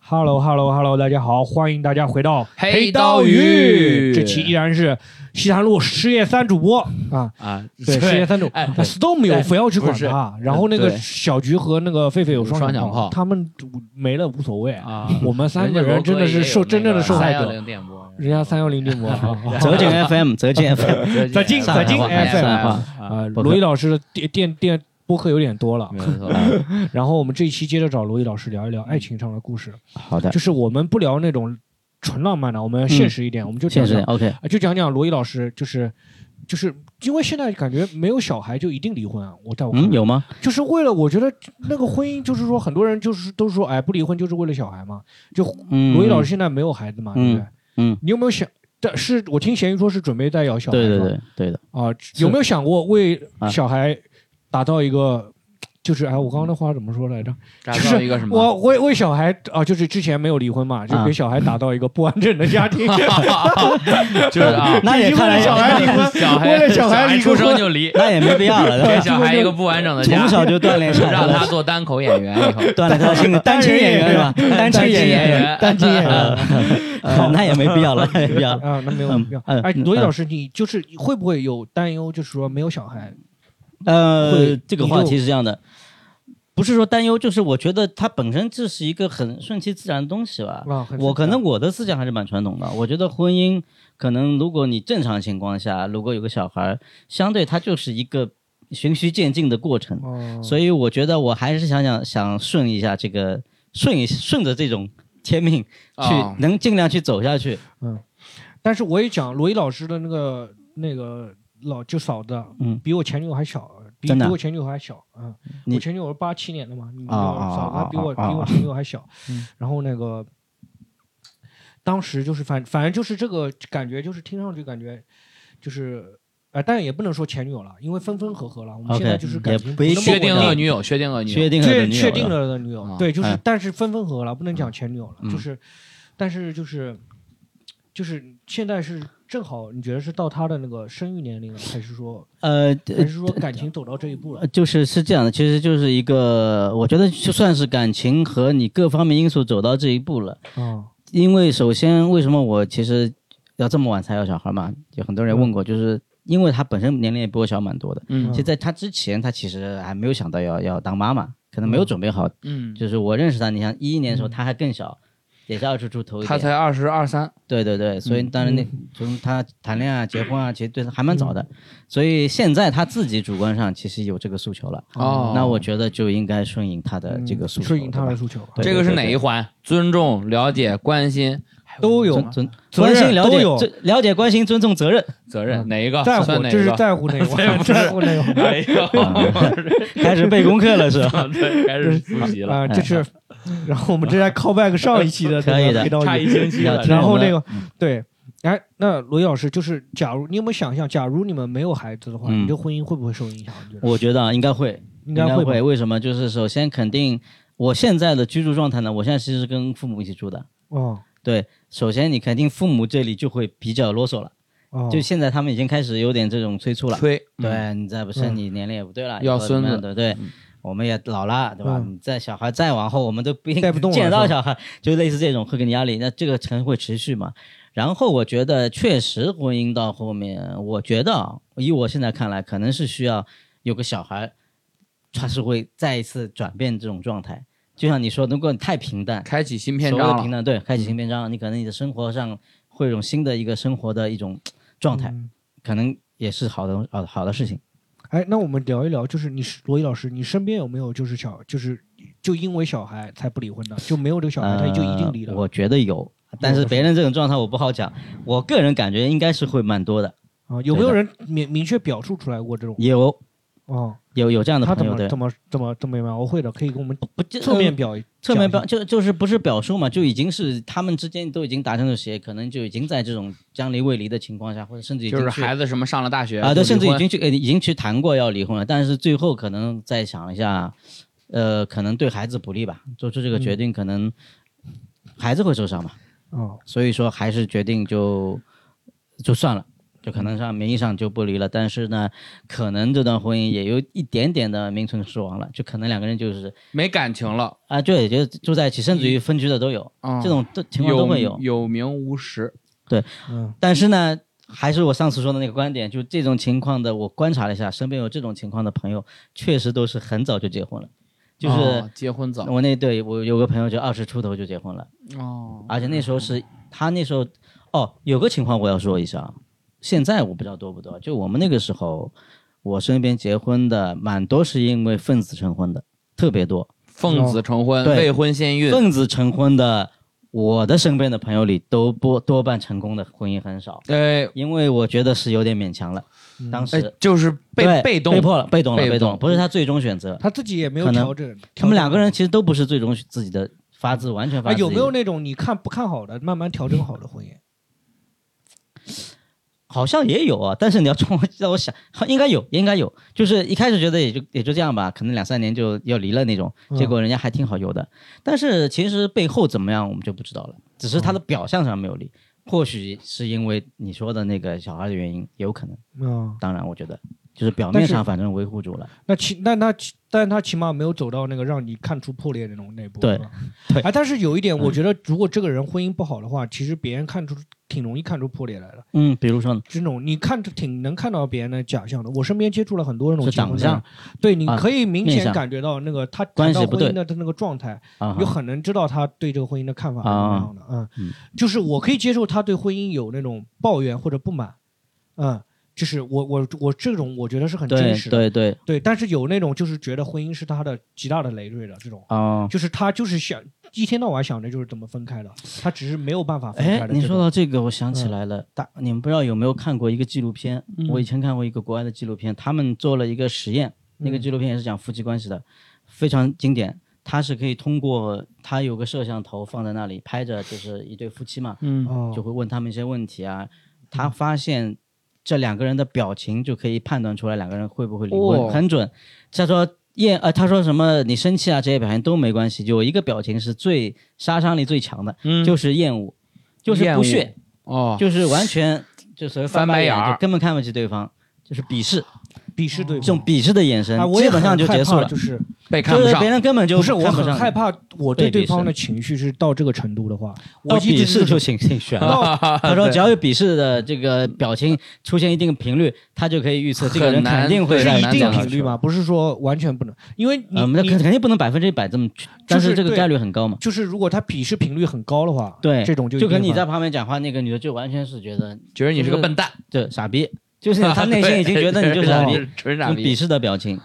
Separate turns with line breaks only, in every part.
Hello Hello Hello，大家好，欢迎大家回到
黑
刀
刀鱼
这期依然是西坛路失业三主播啊，
啊，
对，失业三主。
哎，
Storm 有非要去管
不是
他，然后那个
对
小菊和那个狒狒有双
双
响
响炮
他们没了无所谓。
啊，
我们三个人真的是受真正的受害者，
零电波，
人家三幺零 电波啊，
泽井 FM，泽井 FM，
再进
再进 FM
啊，
啊，罗毅老师的电电电播客有点多了
没， 错，啊
然后我们这一期接着找罗毅老师聊一聊爱情上的故事，
好的
就，是我们不聊那种纯浪漫的，我们
嗯
现实一点，我们就讲
现实
讲
点 OK，
啊，就讲讲罗毅老师，就是就是因为现在感觉没有小孩就一定离婚啊，我在我看来
嗯，有吗？
就是为了我觉得那个婚姻，就是说很多人就是都说哎不离婚就是为了小孩嘛，就
嗯，
罗毅老师，现在没有孩子嘛，对不对？
嗯，
你有没有想？但是我听咸鱼说是准备再要小孩，
对对对对的，
啊，有没有想过为
啊
小孩打造一个？就是哎，我刚刚那话怎么说来着？
打造一个什么？
我为为小孩啊，就是之前没有离婚嘛，就
啊
给小孩打造一个不完整的家 庭。
就是啊，
那也看来
小孩离婚，
小孩出生就离，
那也没必要了，
给
对吧？
小孩一个不完整的家
从，小就锻炼下来
让
了
他，做单口演员以后，
锻炼他的性格，单亲演员 是吧？单亲演员，
员，
单亲演员
呃， 呃那也没必要了，那也没必 要了。
啊，那没有
嗯
必要。
嗯
哎，
嗯
罗毅
嗯
老师，你就是会不会有担忧？就是说没有小孩，
呃
会，
这个
你
话
就
题是这样的，不是说担忧，就是我觉得它本身这是一个很顺其自然的东西吧。
哇啊很
我
复杂
可能我的思想还是蛮传统的，我觉得婚姻可能如果你正常情况下，如果有个小孩儿，相对它就是一个循序渐进的过程，
哦，
所以我觉得我还是想想想顺一下这个顺一顺着这种天命
哦
去，
啊
能尽量去走下去。
但是我也讲罗毅老师的那个那个老舅嫂子，
嗯
比我前女友还小，比
真
比
的啊
我前女友还小，嗯，
你
我前女友是八七年的嘛，你
啊啊
嫂子还比我
啊啊啊
比我前女友还小
嗯，
然后那个。当时就是反反正就是这个感觉，就是听上去感觉，就是，呃，但也不能说前女友了，因为分分合合了。我们
OK，嗯
现在就是感情
也
不
不
那
一
么
确定
稳定
了女友，确定了女
确
友，
定了
确
你有
确定
了，
了的女友，
啊
对，就是
哎
但是分分合合了，不能讲前女友了，
嗯
就是，但是就是，就是现在是正好，你觉得是到她的那个生育年龄了，还是说
呃，
还是说感情走到这一步了
呃？就是是这样的，其实就是一个，我觉得就算是感情和你各方面因素走到这一步了。
啊，
因为首先，为什么我其实要这么晚才要小孩嘛？有很多人问过，就是因为他本身年龄也比我小蛮多的。
嗯
其实在他之前，他其实还没有想到要要当妈妈，可能没有准备好。
嗯，
就是我认识他，你像一一年的时候，他还更小，也是二十出
嗯
头一
他
点。
才二十二三，
对对对，所以当然那、从他谈恋爱、结婚啊，其实对他还蛮早的。所以现在他自己主观上其实有这个诉求了。
哦
那我觉得就应该顺应他的这个诉求，
顺应嗯她的
对吧
诉求，
对
这个是哪一环？尊重、了解、关心
都有
尊尊
责任
关心、了
都
解
有、
尊了解、关心、尊重、责任。
责任哪一个？
在乎
算，哪
这是
个？
在乎那个，在乎那个。
哎呦，
开始背功课了是吧？
对，开始复习了，
啊，这是，然后我们这在 call back 上一期的
可以的
黑道
差一星期了。
对
然后
我们
那个对，哎，那罗毅老师就是，假如你有没有想象，假如你们没有孩子的话，
嗯
你的婚姻会不会受影响？你觉得
我觉得啊，应该会，
应该会吧
会。为什么？就是首先肯定我现在的居住状态呢，我现在其实是跟父母一起住的。
哦
对，首先你肯定父母这里就会比较啰嗦了，
哦，
就现在他们已经开始有点这种催促了。
催，
啊对你再不生，你年龄也不对了，
嗯要
以后怎么
孙
样
子
的，对，我们也老了，对吧？
嗯
你再小孩再往后，我们都不一定
带不动了
见到
是
小孩，就类似这种会给你压力，那这个可能会持续嘛。然后我觉得确实婚姻到后面，我觉得啊，以我现在看来，可能是需要有个小孩，他是会再一次转变这种状态。就像你说，如果你太平淡，
开启新篇
所谓的
章
平
了。
淡，对，开启新篇章，你可能你的生活上会有一种新的一个生活的一种状态，
嗯
可能也是好的好好的事情。
哎，那我们聊一聊，就是你是罗毅老师，你身边有没有就是小就是就因为小孩才不离婚的？就没有这个小孩，他就一定离了。
呃我觉得有，但是别人这种状态我不好讲。我个人感觉应该是会蛮多的，
啊，有没有
对的
人明明确表述出来过这种？
有
哦，
有有这样的
他
朋
怎
友，
么
对
怎，么怎么怎么描绘的？可以给我们
不就
侧面
嗯
表
侧面
讲
表
一
就就是不是表述嘛，就已经是他们之间都已经达成了协议，可能就已经在这种将离未离的情况下，或者甚至已经
就是
去
孩子什么上了大学
啊，对，
就
甚
离
至已
婚
经去呃已经去谈过要离婚了，但是最后可能再想一下，呃，可能对孩子不利吧，做出这个决
嗯
定可能孩子会受伤嘛，
下哦，
所以说还是决定就就算了。就可能上名义上就不离了，但是呢，可能这段婚姻也有一点点的名存实亡了，就可能两个人就是
没感情了，
啊，对，就住在一起，甚至于分居的都有，
啊
这种都情况都会有。
有嗯名无实，
嗯
但是呢，还是我上次说的那个观点，就这种情况的，我观察了一下，身边有这种情况的朋友，确实都是很早就结婚了，就是
哦结婚早
我那对我有个朋友就二十出头就结婚了，
哦，
而且那时候是他那时候哦，有个情况我要说一下啊，现在我不知道多不多，就我们那个时候，我身边结婚的蛮多是因为奉子成婚的，特别多，
奉子成婚，
对
未婚先孕，
奉子成婚的。我的身边的朋友里都不多半成功的婚姻很少，
哎
因为我觉得是有点勉强了。当时
哎，就是被
对
被动
被迫了，被动了，
被
被动了，
动
不是他最终选择。
他自己也没有
可能
调整。
他们两个人其实都不是最终自己的发自完全
啊，
发自。
有没有？那种你看不看好的，慢慢调整好的婚姻？
好像也有啊，但是你要从让我想， 应该有，应该有。就是一开始觉得也就也就这样吧，可能两三年就要离了那种，
嗯
结果人家还挺好有的。但是其实背后怎么样我们就不知道了，只是他的表象上没有离，
嗯
或许是因为你说的那个小孩的原因，有可能。
嗯，
当然，我觉得就是表
但
面
是
上反正维护住了。
那起那那起，但他起码没有走到那个让你看出破裂的那种那一步。
对
是吧
对嗯
啊，但是有一点，我觉得如果这个人婚姻不好的话，其实别人看出挺容易看出破裂来的。
嗯，比如说呢，
这种你看着挺能看到别人的假象的。我身边接触了很多那种
是
结婚
长
的人
相，
对，你
啊
可以明
面
显
相
感觉到那个他
关
谈到
系不
婚姻
对
的他那个状态，
啊
你就
哈，
很能知道他对这个婚姻的看法是怎么样的。嗯，
嗯
就是我可以接受他对婚姻有那种抱怨或者不满，嗯，就是我我我这种我觉得是很真
对
实的，
对对，
对但是有那种就是觉得婚姻是他的极大的累赘的这种，
哦。
就是他就是想一天到晚想着就是怎么分开的，他只是没有办法分开
哎
的，这种。嗯
你说到这个，我想起来了，大你们不知道有没有看过一个纪录片？我以前看过一个国外的纪录片，他们做了一个实验，
嗯
那个纪录片也是讲夫妻关系的，非常经典。它是可以通过它有个摄像头放在那里拍着，就是一对夫妻嘛，
嗯
哦嗯
就会问他们一些问题啊。他发现这两个人的表情就可以判断出来两个人会不会离婚，
哦
很准。他说厌呃，他说什么你生气啊这些表情都没关系，有一个表情是最杀伤力最强的，
嗯
就是厌恶，就是
厌恶
不屑，
哦，
就是完全就所谓
翻白
白
眼儿
就根本看不起对方，就是鄙视，
鄙视对
这
方
种鄙视的眼神
啊，，我也
基本上就
很害
结束
怕
了，
就是
被看
就
不
是
上
别，人根本就
不是我
看不
很
上
害
你。
怕，我对对
对比
方
是
的情绪是到这个程度的话，我
到
一
鄙
直
视
是
就挺挺悬了。
到
他说，只要有鄙视的这个表情出现一定频率，他就可以预测这个人
很难
肯定会
对
是
在
一
哪
定
讲
频率嘛，不是说完全不能，因为你
呃，我们肯
你
肯定不能百分之百这么去，但
就是
这个
对
概率很高嘛。
就是如果他鄙视频率很高的话，
对
这种就
就
一定
跟你
犯
在旁边讲话，那个女的就完全是觉得
觉得你是个笨蛋，
这傻逼， 就是她内心已经觉得你就是傻 逼，
对，纯
用
傻
鄙
逼。
视的表情。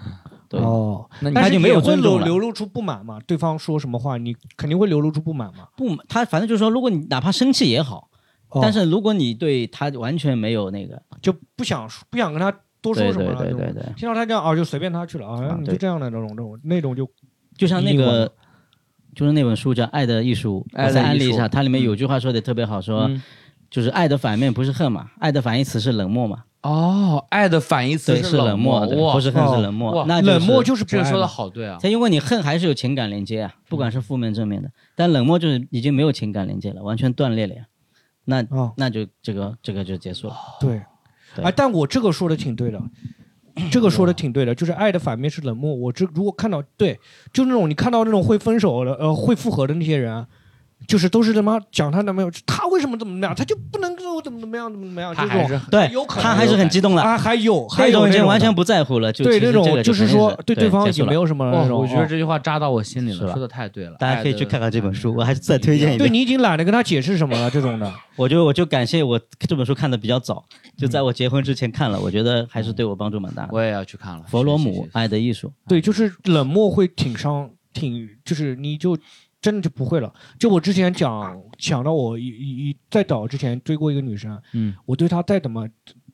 对，
哦，
那你
但
但
他
是
就没
也
有
会
尊重
流
了
流露出不满嘛，对方说什么话，你肯定会流露出不满嘛。
不，他反正就是说，如果你哪怕生气也好，
哦
但是如果你对他完全没有那个，
就不想说不想跟他多说
对
什
对
么了。
对
这种
对对，
听到他这样啊，就随便他去了啊
啊，
你
对
就这样的那种那种那种就
就像那
一定管
个。就是那本书叫《爱的艺术》，
爱
我
的
再安
艺
利一
术
下，它里面有句话说的特别好，说
嗯
就是爱的反面不是恨嘛，爱的反义词是冷漠嘛，
哦，爱的反义词
对，是冷漠，
漠，
对
哇
不是恨
哦
是冷漠
哇，
那
冷漠
就
就是不
这个
爱
说的
嘛
好对啊
是，它因为你恨还是有情感连接啊，不管是负面正面的，但冷漠就是已经没有情感连接了，完全断裂了呀，那
啊，
那就这个这个就结束了，
对，
对
啊，但我这个说的挺 对的。这个说的挺对的，就是爱的反面是冷漠。我这如果看到对，就那种你看到那种会分手的，呃，会复合的那些人啊，就是都是他妈讲他男朋友，他为什么怎么怎么样，他就不能够怎么怎么样，怎么怎么样，
他
这
还
种
是
对
有，可能
他还是很激动了，
啊，还有还
这
有
种已
那
经
种
完
的
全不在乎了，就
对
其
那
实这
种
个
就是
肯定
说
对
对方
结
也
束
没
了。
有什么
哇
那种。
我觉得
哦
这句话扎到我心里
是
了，
吧
说的太对了。嗯
大家可以去看看这本书，我还是再推荐一
对
遍。
你已经懒得跟他解释什么了，这种 的。
我就我就感谢我这本书看的比较早，就在我结婚之前看了，我觉得还是对我帮助蛮大的。
我也要去看了。
佛罗
是，
姆《爱的艺术》，
对，就是冷漠会挺伤，挺就是你就真的就不会了。就我之前讲讲到我一一一在早之前追过一个女生，
嗯，
我对她再怎么，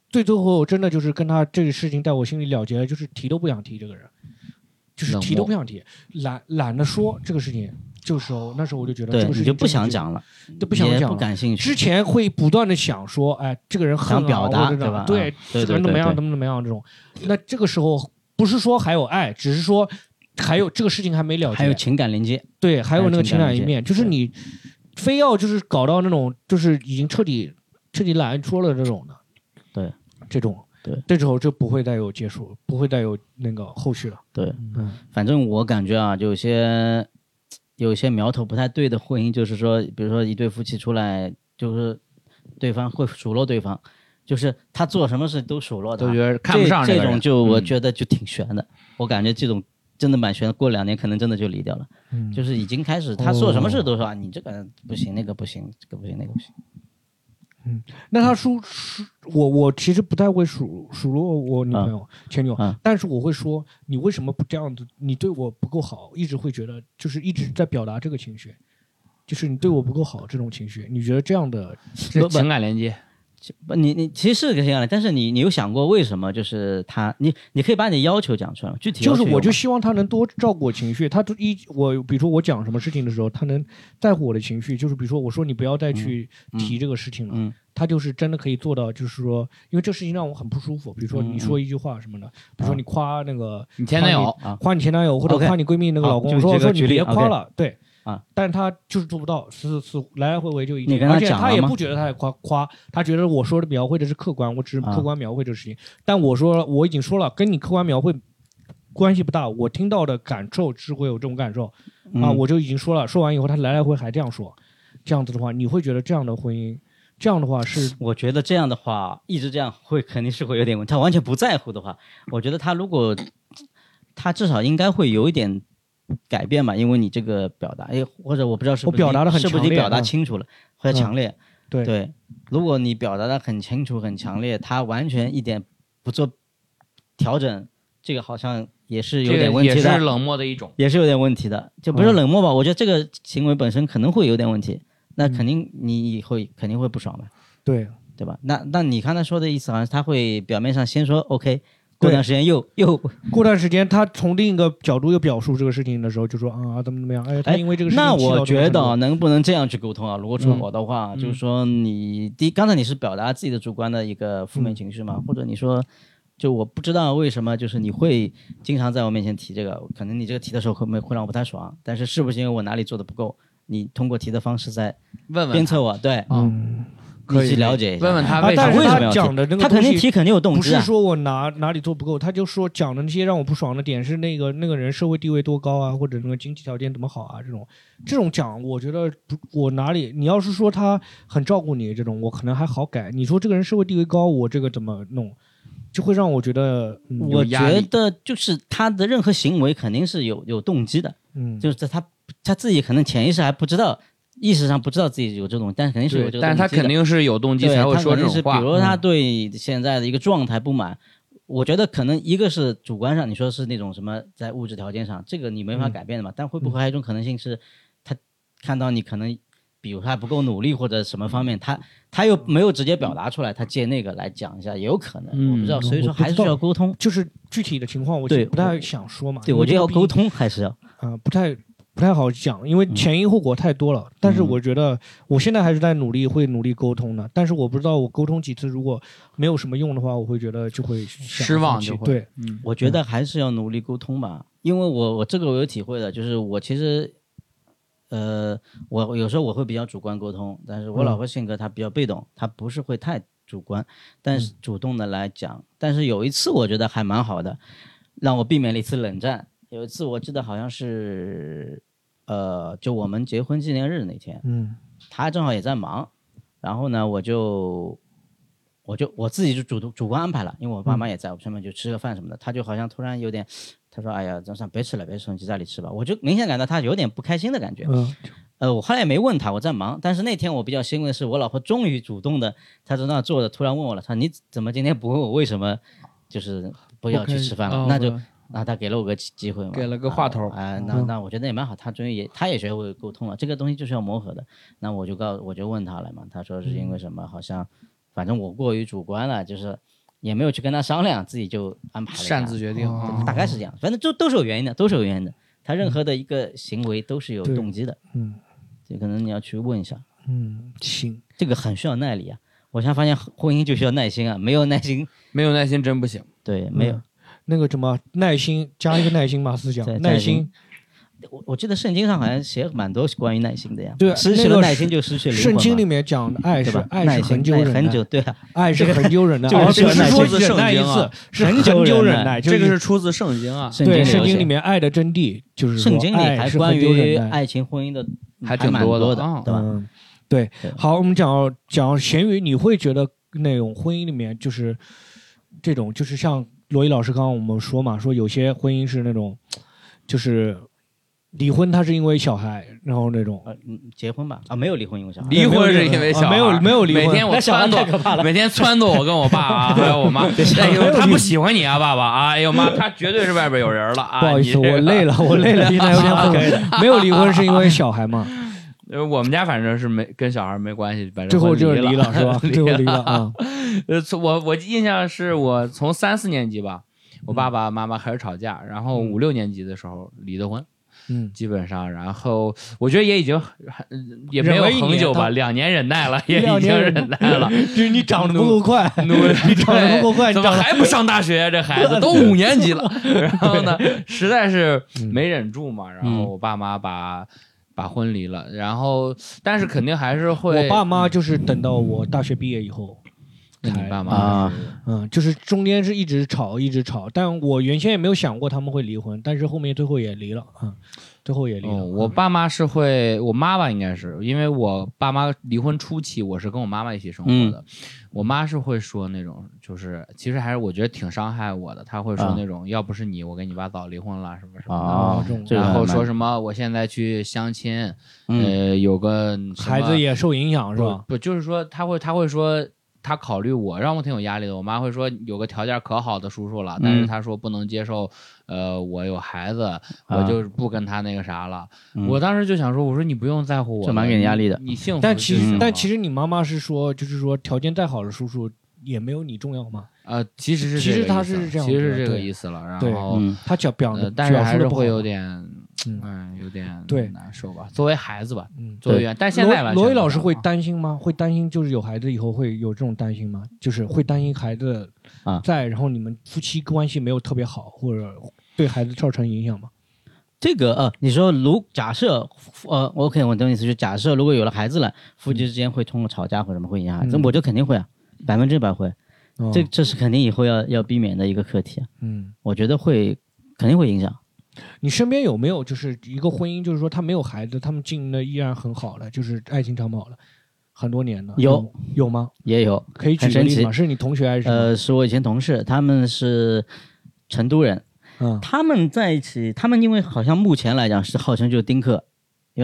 最最后真的就是跟她这个事情在我心里了结了，就是提都不想提这个人，就是
冷
提都
漠
不想提，懒懒得说这个事情。这时候那时候我就觉得
对
这个事
你
情
就
真
不
的
想，讲了，
都不想
也
讲
不
了。
感兴
之
趣，
前会不断的想说，哎，这个人恨
想
啊
表
或
达
者
对吧？
对
啊，对
怎么
对
怎么样，
对
怎么怎么样这种。那这个时候不是说还有爱，只是说还有这个事情还没了
对，
结，
还有情感连接，
对，还有那个情感一面，
还有情感连接
就是你非要就是搞到那种就是已经彻底彻底懒得说了这种的，
对，
这种，
对，
这时候就不会再有结束，不会再有那个后续了。
对，
嗯，
反正我感觉啊，有些有些苗头不太对的婚姻，就是说，比如说一对夫妻出来，就是对方会数落对方，就是他做什么事都数落他，
都觉得看不上
这
个
这
人
种就我
嗯
觉得就挺悬的，我感觉这种真的蛮悬的，过两年可能真的就离掉了，
嗯
就是已经开始他做什么
哦
事都说、啊你这个人不行，那个不行，这个不行，那个不行，
那他数数我，我其实不太会数数落我女朋友、前女友，
嗯
但是我会说你为什么不这样子？你对我不够好，一直会觉得就是一直在表达这个情绪，就是你对我不够好这种情绪。你觉得这样的
这情感连接，
不，你你其实是个这样的，但是你你有想过为什么就是他，你你可以把你要求讲出来，具体
就是
要求有
我就
吗
希望他能多照顾我情绪。他就一我，比如说我讲什么事情的时候，他能在乎我的情绪。就是比如说我说你不要再去提这个事情了，
嗯
他就是真的可以做到，就是说，因为这事情让我很不舒服。比如说
嗯
你说一句话什么的，比如说你夸那个
你前男友
啊
夸你前男友或者
OK
夸你闺蜜那个
好
老公，
就
说
这个
说你
举例
别
，OK
夸了，对
啊，
但是他就是做不到，是是来来回回就一
你
句，
跟他
而且
讲
他
了
也
吗
不觉得他在夸夸，他觉得我说的描绘的是客观，我只是
啊
客观描绘这个事情，但我说了我已经说了，跟你客观描绘关系不大，我听到的感受是会有这种感受啊，
嗯
我就已经说了，说完以后他来来回还这样说，这样子的话，你会觉得这样的婚姻，这样的话 是
我觉得这样的话，一直这样会肯定是会有点问题。他完全不在乎的话，我觉得他如果他至少应该会有一点改变吧，因为你这个表达，哎，或者我不知道是不是
我表达得很
是不是
强
你
烈
表达
嗯
清楚了，或者强烈。啊
对
对，如果你表达的很清楚、很强烈，他完全一点不做调整，这个好像也是有
这
点
个
问
也
题
是
的，
冷漠的一种。
也是有点问题的，就不是
嗯嗯
冷漠吧？我觉得这个行为本身可能会有点问题，那肯定你以后肯定会不爽的。
对。
对吧？那那你刚才说的意思，好像他会表面上先说 OK，过段时间又又
过段时间，他从另一个角度又表述这个事情的时候，就说啊，怎么怎么样？哎，他
哎
因为这个事情
那
气到这
我
个
觉
程
得
度
啊能不能这样去沟通啊？如果说
嗯
我的话，
嗯
就是说你第一刚才你是表达自己的主观的一个负
嗯
面情绪嘛，或者你说就我不知道为什么就是你会经常在我面前提这个，可能你这个提的时候会不会会让我不太爽，但是是不是因为我哪里做的不够？你通过提的方式在
问问
鞭
他
策我，对，
啊，
嗯可以
你去了解一下，
问问他
啊
为，
但
什
是
么
为什么
他
要
讲的那个
他肯
东
定
西
提肯定有动
不
机
是
啊，
说我哪哪里做不够，他就说讲的那些让我不爽的点是那个那个人社会地位多高啊，或者那个经济条件怎么好啊这种，这种讲我觉得不我哪里你要是说他很照顾你这种，我可能还好改。你说这个人社会地位高，我这个怎么弄，就会让我觉得嗯
有
我
压
觉
力
得就是他的任何行为肯定是有有动机的，
嗯
就是在他他自己可能潜意识还不知道，意识上不知道自己有这种，但是肯定是有
对
这个动机的。
但是他肯定是有动机
对
才
他
会
肯
说这
定是
种话嗯
比。如他对现在的一个状态不满，我觉得可能一个是主观上，你说是那种什么在物质条件上，这个你没法
嗯
改变的嘛。但会不会还有一种可能性是，他看到你可能。比如他不够努力或者什么方面，
嗯
他他又没有直接表达出来，他借那个来讲一下，也有可能，我不知道，
嗯
所以说
我不
还是
知道
需要沟通。
就是具体的情况，我
对
其实不太
我
想说嘛。
对，
啊因
我
为
觉
这
得
个
要
毕
沟通还是要。
啊、不太不太好讲，
嗯
因为前因后果太多了。但是我觉得我现在还是在努力，会努力沟通的。但是我不知道我沟通几次，如果没有什么用的话，我会觉得就会想
失望
放弃
就会
对，
我觉
嗯
得还是要努力沟通吧，因为我我这个我有体会的，就是我其实，呃，我有时候我会比较主观沟通，但是我
嗯
老婆性格她比较被动，她不是会太主观，但
嗯
是主动的来讲。但是有一次我觉得还蛮好的，让我避免了一次冷战。有一次我记得好像是，呃，就我们结婚纪念日那天，
嗯
他正好也在忙，然后呢，我就我就我自己就主动主观安排了，因为我爸妈也在，我顺便就吃个饭什么的。他就好像突然有点，他说：“哎呀，张三别吃了，别吃了，你去家里吃吧。”我就明显感到他有点不开心的感觉。
嗯
呃，我后来也没问他，我在忙。但是那天我比较欣慰的是，我老婆终于主动的，她在那坐着，突然问我了，她说你怎么今天不问我为什么就是不要去吃饭
哦
了？
嗯
那就那他给了我个机机会嘛，
给了个话头嗯
啊、哎那那我觉得也蛮好，他终于也他也学会沟通了，这个东西就是要磨合的。那我就告我就问他了嘛，他说是因为什么？好像反正我过于主观了，就是也没有去跟他商量，自己就安排了一下，
擅自决定，嗯
哦
大概是这样，反正就都是有原因的，都是有原因的。他任何的一个行为都是有
对
动机的，
嗯
这可能你要去问一下，
嗯，行，
这个很需要耐力啊。我现在发现婚姻就需要耐心啊，没有耐心，
没有耐心真不行。
嗯
对，没有、
那个什么耐心，加一个耐心吧，思
对
想耐
耐心
心，
我我记得圣经上好像写蛮多关于耐心的呀。
对啊
失去
那
了
个
耐心就失去了灵魂
圣
嘛
经里面讲的爱
对
是
吧？
爱
耐
是
心
恒久
耐
忍
很
耐，
久，对啊，
爱是恒久忍耐，
就是
而不
这个
是
耐
说
心
忍耐一
圣经
次
啊，
是
恒
恒
久
久
忍
忍
耐
耐。
这
就
个是出自圣经啊，
圣经
对
里
圣
有
经
写
里面爱的真谛，就是说
圣经里
爱
还
是
关
恒久
于
忍耐
爱情婚姻的
还挺
蛮
多的
多
啊
对吧？
嗯，对
对。
好，我们讲到讲到咸鱼，你会觉得那种婚姻里面就是这种，就是像罗伊老师刚刚我们说嘛，说有些婚姻是那种，就是离婚，他是因为小孩，然后那种
呃，嗯结婚吧啊，没有离婚因为小孩。
离婚是因为小孩
啊没有没有离婚
每天我
那小孩
撺
太可 怕
掇，每天撺掇我跟我 爸啊，还有我妈，哎呦，他不喜欢你啊，爸爸啊，哎呦妈，他绝对是外边有人了 啊，
不好意
你
思，
这个啊
我累了，我累了，现在有点昏了。没有离婚是因为小孩嘛？
呃，我们家反正是没跟小孩没关系，反正
最后
婚
就是
离
离了，是吧？最后离了啊。
呃，从我我印象是我从三四年级吧，我爸爸妈妈开始吵架，然后五六年级的时候离的婚，
嗯，
基本上，然后我觉得也已经很也没有
忍了一
很久吧，
年
两年忍耐了，也
两
已经
年
忍耐了。
就是你 长得不够快，
努 力
你长得不够快，你
怎么
长得
还不上大学？啊这孩 子都五年级了。然后呢，实在是没忍住嘛，然后我爸妈把把婚离了，然后但是肯定还是会。
我爸妈就是等到我大学毕业以后
那
才
你爸妈
啊
是
嗯，就是中间是一直吵，一直吵，但我原先也没有想过他们会离婚，但是后面最后也离了啊、嗯，最后也离了。嗯
哦，我爸妈是会，我妈妈应该是，因为我爸妈离婚初期，我是跟我妈妈一起生活
嗯
的，我妈是会说那种，就是其实还是我觉得挺伤害我的，她会说
啊
那种，要不是你，我跟你爸早离婚了，什么什么的。
啊
这种，
这个
然
还
后
蛮
说什么？我现在去相亲，
嗯
呃，有个什么
孩子也受影响是
不
吧？
不，就是说他会他会说他考虑我，让我挺有压力的。我妈会说有个条件可好的叔叔了，但是
嗯
他说不能接受，呃，我有孩子，我
啊
就不跟他那个啥了。
嗯
我当时就想说，我说你不用在乎我了，
这蛮给人压力的
你你幸福就行了。
但其实、
嗯
但其实你妈妈是说，就是说条件再好的叔叔也没有你重要嘛。
呃，其实是
其实
这个
他
意思
是这样
其实
子
是
的
这个
对
意思了。然
对
后，
嗯
他讲表
呃
的，
但是
表
还
述
是
的不好
会有
嘛。
点，
嗯
嗯，有点
对
难受吧。作为孩子吧，
嗯，
作为
对
员，但现在
罗
完
罗
全
毅
不
老
一
师
样
会
了
担心吗？会担心就是有孩子以后会有这种担心吗？就是会担心孩子
啊
在，然后你们夫妻关系没有特别好，或者对孩子造成影响吗？
这个呃，你说如假设呃，OK，我懂你意思，就假设如果有了孩子了，夫妻之间会通过吵架或什么会影响孩子，
嗯
我就肯定会啊，百分之百会，
哦
这这是肯定以后要要避免的一个课题啊，
嗯，
我觉得会肯定会影响。
你身边有没有就是一个婚姻，就是说他没有孩子，他们经营的依然很好的，就是爱情长跑了很多年了？嗯
有
有吗？
也有，
可以举
很
个
神
例子
奇
吗？是你同学还是什么？
呃，是我以前同事，他们是成都人，
嗯，
他们在一起，他们因为好像目前来讲是号称就是丁克，因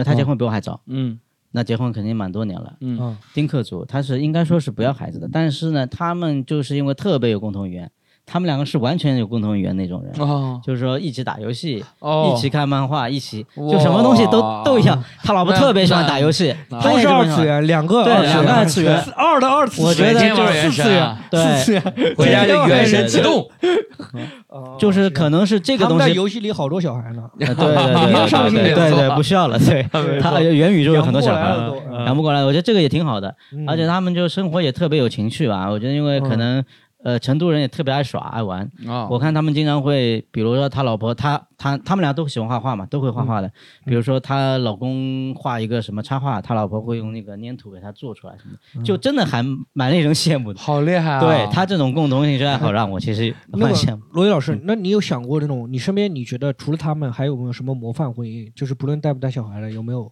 哦
为他结婚比我还早，
嗯
那结婚肯定蛮多年了。
嗯
嗯
丁克族他是应该说是不要孩子的，但是呢，他们就是因为特别有共同语言，他们两个是完全有共同语言那种人。
哦
就是说一起打游戏，
哦，
一起看漫画，一起
哇
就什么东西都都一样。他老婆特别喜欢打游戏，
那
他
都是
也这么
二
喜欢
次。元，两个
对
二次元，
两个二次元
二的二次元，
我觉得
天
就
玩原
四
神
次元
啊，
四次
对，
元，
回家就原神
对对对
启动，
哦
就是可能是这个
他们
东
在
西
游戏里好多小孩呢。
呃对对对，
上去
对
了
对对，不需要了。对，他元宇宙有很多小孩
养不过来
儿
了都
养不过来，我觉得这个也挺好的，
嗯
而且他们就生活也特别有情趣吧。我觉得因为可能呃成都人也特别爱耍爱玩，
哦
啊
我看他们经常会，比如说他老婆，他他他们俩都喜欢画画嘛，都会画
嗯
画的。比如说她老公画一个什么插画，他老婆会用那个粘土给他做出来什么的，
嗯
就真的还蛮令人羡慕的。
好厉害啊！
对他这种共同兴趣爱好，让我其实
哦 那
蛮羡
个
慕。
罗毅老师，那你有想过那种你身边你觉得除了他们还有没有什么模范婚姻？就是不论带不带小孩的，有没有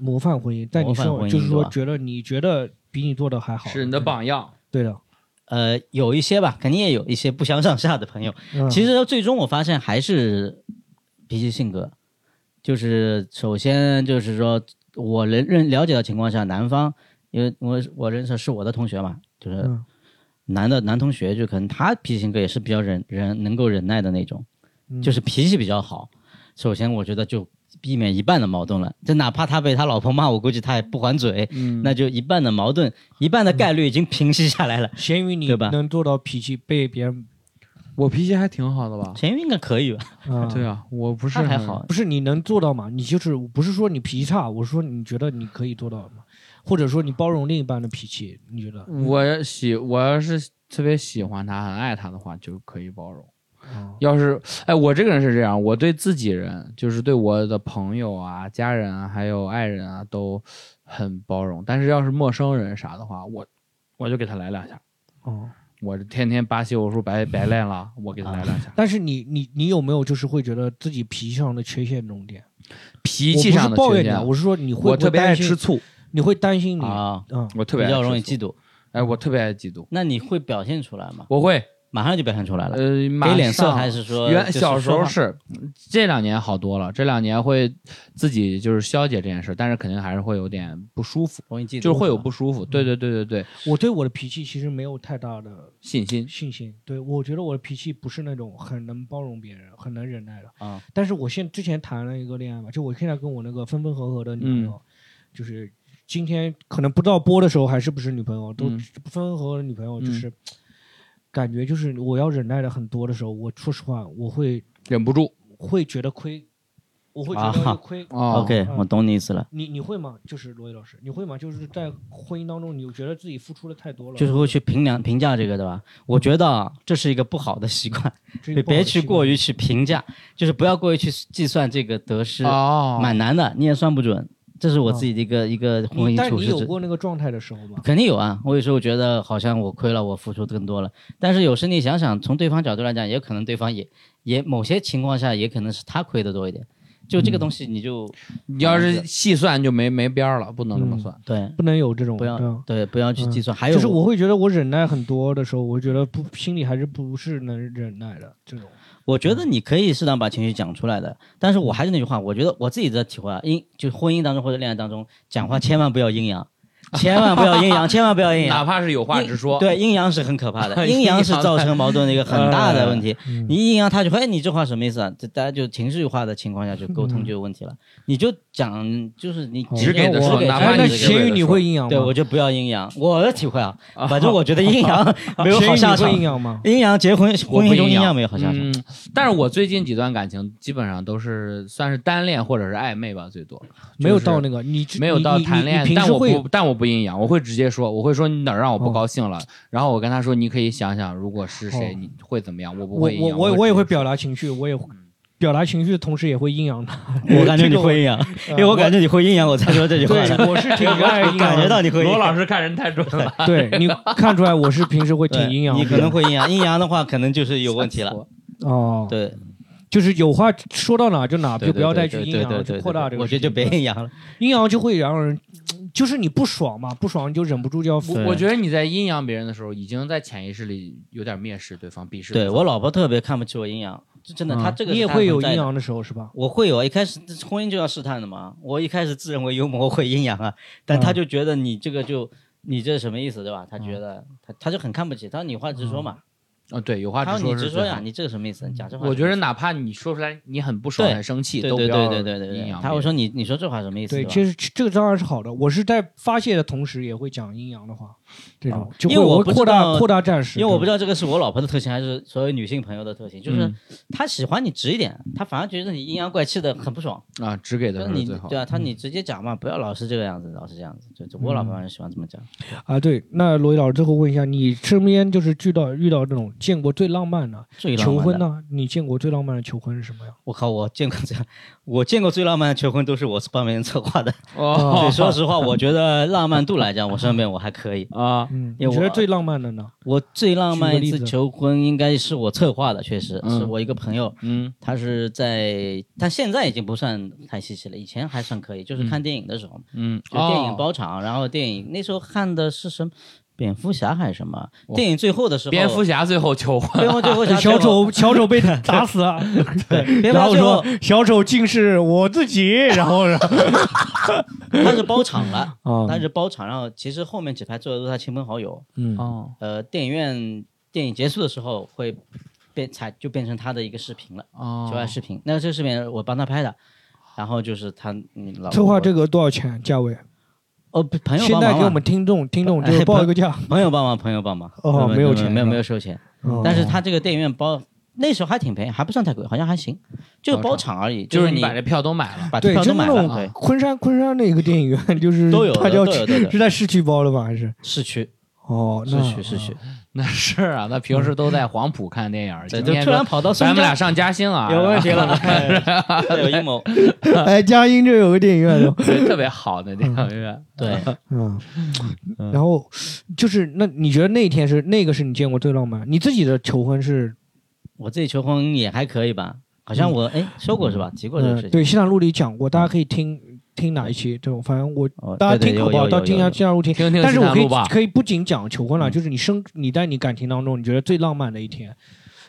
模范婚姻？但你
模范
说
婚姻
就是
对
说
吧
觉得你觉得比你做的还好，
是你的榜样。
对的。
呃，有一些吧，肯定也有一些不相上下的朋友。
嗯、
其实最终我发现还是脾气性格，就是首先就是说我能认了解的情况下，男方因为我我认识是我的同学嘛，就是
嗯
男的男同学，就可能他脾气性格也是比较忍忍能够忍耐的那种，
嗯
就是脾气比较好。首先我觉得就避免一半的矛盾了，就哪怕他被他老婆骂，我估计他也不还嘴，
嗯
那就一半的矛盾，一半的
嗯
概率已经平息下来了。
咸鱼，你
对吧
能做到脾气被别人
我脾气还挺好的吧？
前面应该可以吧？
啊、
对啊，我不是
那还
很
好，
不是你能做到吗？你就是不是说你脾气差，我说你觉得你可以做到吗？或者说你包容另一半的脾气，你觉得？
我喜我要是特别喜欢他，很爱他的话，就可以包容。
哦
要是哎，我这个人是这样，我对自己人，就是对我的朋友啊、家人啊，还有爱人啊，都很包容。但是要是陌生人啥的话，我我就给他来两下。嗯
哦，
我天天巴西柔术白白练了，我给他来两下。
但是你你你有没有就是会觉得自己脾气上的缺陷这种点？
脾气
我
上
不是
的
抱
缺
怨你啊，
陷，
我是说你会
我特别爱吃
醋，
醋，
你会担心你
啊，
嗯
我特别
比
爱
较
吃
容易
醋
嫉妒。
哎，我特别爱嫉妒，
那你会表现出来吗？
我会
马上就表现出来了，
呃，
给
马
脸色
上
还是说
原
就是
小时
说
候
话
是，这两年好多了。这两年会自己就是消解这件事，但是肯定还是会有点不舒服，
容易嫉妒，
就是会有不舒服。对对对对对，
我对我的脾气其实没有太大的
信心
信心。对我觉得我的脾气不是那种很能包容别人、很能忍耐的
啊。
但是我现之前谈了一个恋爱嘛，就我现在跟我那个分分合合的女朋
嗯
友，就是今天可能不知道播的时候还是不是女朋友，都
嗯
分分合合的女朋友，
嗯
就是、感觉就是我要忍耐的很多的时候，我说实话，我会
忍不住
会觉得亏，我会觉得
啊
会亏。
啊。
OK，
嗯
我懂你意思了，
你你会吗？就是罗毅老师，你会吗？就是在婚姻当中，你觉得自己付出的太多了，
就是会去评量评价这个，对吧？我觉得啊，这是一个不好的 习惯，
这个
别
不好
别
的
去
习惯
过于去评价，就是不要过于去计算这个得失，
哦，
蛮难的，你也算不准。这是我自己的一个、一个婚
你
姻
但
处
你
事
有
之
过那个状态的时候吗？
肯定有啊，我有时候觉得好像我亏了，我付出更多了。但是有时你想想，从对方角度来讲，也可能对方也也某些情况下也可能是他亏的多一点。就这个东西，你就、
你要是细算就没没边儿了，不能这么
嗯
算。
对
不能有这种
不要
这样
嗯对不要去计算。还有
就是我会觉得我忍耐很多的时候，我觉得不心里还是不是能忍耐的这种。
我觉得你可以适当把情绪讲出来的，但是我还是那句话，我觉得我自己的体会啊，阴就婚姻当中或者恋爱当中，讲话千万不要阴 阳，千万不要阴阳，千万不要阴
哪
阳。
怕是有话直说，
对，阴阳是很可怕的，
阴
阴阳是
阳
造成矛盾的一个很大的问题。
嗯
你阴阳他就会，哎，你这话什么意思啊？这大家就情绪化的情况下就沟通就有问题了。你就讲，就是你
哦
直给
我
的说，
给
哪
他
怕
哎，
你
那
这个
直给
咸
的
鱼你
说
会阴阳吗？
对我就不要阴阳，我的体会啊，
哦
反正我觉得阴阳没有
咸
好
鱼
下
你
场
哦会。阴阳吗？
阴阳结婚
我
婚
不
姻中
阴
阴阳没有好下场，
嗯，但是我最近几段感情基本上都是算是单恋或者是暧昧吧，最多
没有
就是
到那个，你
没有到谈
你
恋爱，
你平
但
时
我
会
不，但我不阴阳，我会直接说，我会说你哪儿让我不
哦
高兴了，然后我跟他说，你可以想想，如果是谁，
哦
你会怎么样？我不
我
会阴
我
阳，
我
我
也会
直接
表达情绪，我也
嗯
会表达情绪，同时也会阴阳的。
我感觉
这
你
个我
会阴阳，因
因
为我感觉你会阴阳，我才说这句话 的。
对，我是挺爱阴阳的。
感觉到你会阴
罗
阳。
老师看人太准 了，
对你看出来，我是平时会挺
对
阴阳的。
你可能会阴阳，阴阳的话可能就是有问题
吓死
了。
我。
哦，
对，
就是有话说到哪就哪，
对
就不要再去
对对
阴
对
阳，
对
去
对
扩大这个
我
事
觉
情。
得就别阴阳了。
阴阳就会让人，就是你不爽嘛，不爽你就忍不住就要
我
对
我觉得你在阴阳别人的时候，已经在潜意识里有点蔑视对方、鄙视
对
方
我老婆特别看不起我阴阳，就真的，她这
啊
个
你
是
也
她
会有
存在
阴
的。
阳的时候是吧？
我会有啊，一开始婚姻就要试探的嘛。我一开始自认为幽默，我会阴阳啊，但她
嗯
就觉得你这个就你这什么意思，对吧？她
嗯
觉得她她就很看不起，她说你话直说嘛，
啊，对，有话
她
直
说
说
你直
是
说
最
呀，
好。
你这个什么意思？你讲这话什么意思。
我觉得哪怕你说出来你很不爽、
对
很生气，
对
都不
对
要
对对对对
阴
对
阳，别
她会
人
说你你说这话什么意思？
对，
吧
其实这个当然是好的。我是在发泄的同时，也会讲阴阳的话，这种就会
哦因为我
我
不
会扩
知道
大扩大战士，
因为我不知
道
道这个是我老婆的特性，还是所有女性朋友的特性，
嗯
嗯
就是她喜欢你直一点，她反而觉得你阴阳怪气的很不爽。
啊，只给
就
的
是
是
你
最好嗯
对。啊，她你直接讲嘛，不要老是这个样子，老是这样子。就就我老婆反正喜欢这么讲。
啊。对，那罗毅老师最后问一下，你身边就是遇到遇到这种见过最浪漫的
最浪漫
求
的
婚？呢？你见过最浪漫的求婚是什么呀？
我靠，我见过这样，我见过最浪漫的求婚都是我帮别人策划的。
哦
对，说实话，我觉得浪漫度来讲，我身边我还可以。
啊，
嗯，你
因为
觉得
我
最浪漫的呢？
我最浪漫一
举个
次
例子
求婚应该是我策划的，确实
嗯
是我一个朋友，
嗯
他是在，但现在已经不算太稀奇了，以前还算可以，就是看电影的时候，
嗯，
就电影
哦
包场，然后电影那时候看的是什么，蝙蝠侠还是什么？
哇
电影最后的时候，
蝙蝠侠最后求婚。
蝙蝠最 后
小
侠最后，
丑小丑被打死了，
对，蝙蝠
然
侠
后
最后
说小丑竟是我自己，然后然后
他是包场了，
啊
他是包场，然后其实后面几排坐的都是他亲朋好友，
嗯
哦
呃，电影院电影结束的时候会变才就变成他的一个视频了，
哦
求爱视频，那个这个视频我帮他拍的。然后就是他，你老
策划这个多少钱价位？
哦，朋友
现
帮
在
忙
给
嘛
我们听众听 众就是
哎
报
不
一个价，
朋友帮忙，朋友帮忙。
哦
没
没有
没
钱
没有
是吧
没有收钱。
哦
但是他这个电影院包那时候还挺便宜，还不算太贵，好像还行，就包场而已，
就是是
你
你把这票都买 了，
把
对，
票
就
都
那
买
种
了，对，
昆山昆山那个电影院，就是
都有的
它叫
都有的都有的
是在市区包的吧？还是
市区
哦，
是
那
去是去，
那是啊，那平时都在黄埔看电影儿，
嗯对，
今
就
天
突
说
然跑到
咱
松
们俩
江，
上嘉兴啊，
有问题了， 他有 阴谋。
哎，嘉兴这有个电影院 的，
对， 特别好的电影院。
对，
嗯，
嗯
然后就是那你觉得那一天是那个是你见过最浪漫？你自己的求婚是？
我自己求婚也还可以吧，好像我哎说过是吧？提过这个事
嗯，
情。
对，西坦路里讲过，大家可以听听哪一期？这种，反正我
哦，
大家
对对
听
有
好不好？
有
到
有
听一下
有有
西坦路听。
听听
但是我
西南
可以
路吧，
可以不仅讲求婚了，
嗯
就是你生你在你感情当中，你觉得最浪漫的一天，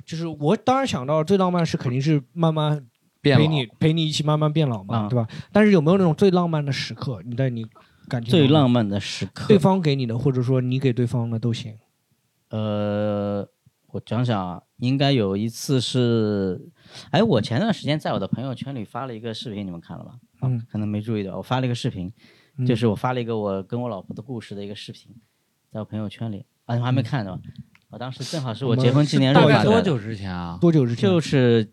就是我当然想到最浪漫是肯定是慢慢
变
陪
老
你陪你一起慢慢变老嘛，
啊
对吧？但是有没有那种最浪漫的时刻？你在你感情
最
当中
浪漫的时刻
对，方给你的，或者说你给对方的都行。
呃，我想想啊，应该有一次是，哎，我前段时间在我的朋友圈里发了一个视频，你们看了吧？啊
嗯，
可能没注意到，我发了一个视频，
嗯
就是我发了一个我跟我老婆的故事的一个视频，在我朋友圈里，啊，你们还没看呢吧？我当时正好是我结婚纪念日
大
发
概
的，
多久之前啊？
多久之前？
就是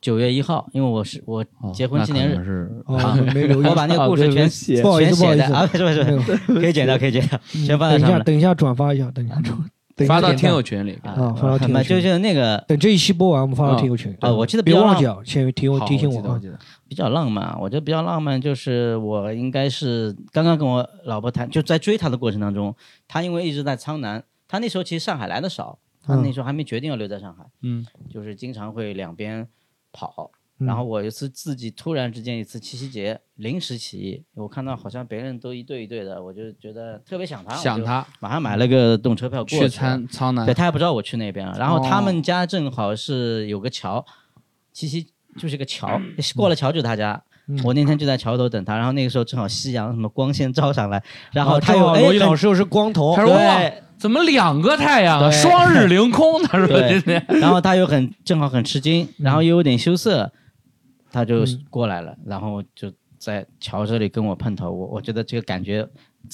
九月一号，因为我是我
哦
结婚纪念日
那可能是
哦，我没留意
我。把那个故事全
不好意思
全
不好意
写的
思
啊，没事没事没事，可以剪掉可以剪掉， 全放在
等一
上
下，
面
等一下转发一下，等一下转，等一下
发到
点
听
赞
友群里。
啊发到听友
就
群
是那个
等这一期播完，我们发到听友群。
啊，我记得比
别
较
忘记
浪
啊，先提我
好
提醒
我
我
记得，
啊
记。得
比较浪漫，我觉得比较浪漫就是我应该是刚刚跟我老婆谈，就在追她的过程当中，她因为一直在苍南，她那时候其实上海来的少，她那时候还没决定要留在上海，
嗯，
就是经常会两边跑。
嗯
然后我有一次自己突然之间一次七夕节临时起意，我看到好像别人都一对一对的，我就觉得特别想她，
想，他
马上买了个动车票过
去
去
参苍南
对，他也不知道我去那边啊。然后嗯他
哦
们家正好是有个桥，七夕就是个桥，过了桥就是他家。
嗯
我那天就在桥头等他，然后那个时候正好夕阳什么光线照上来，然后
啊
他
正
又
好
哎
罗毅老
很
师又是光头
他，说哇，
对，
怎么两个太阳啊，
对
双日凌空？他说
对
今天
然后他又很正好很吃惊，然后又有点羞涩，他就
嗯
过来了，然后就在桥这里跟我碰头。我我觉得这个感觉，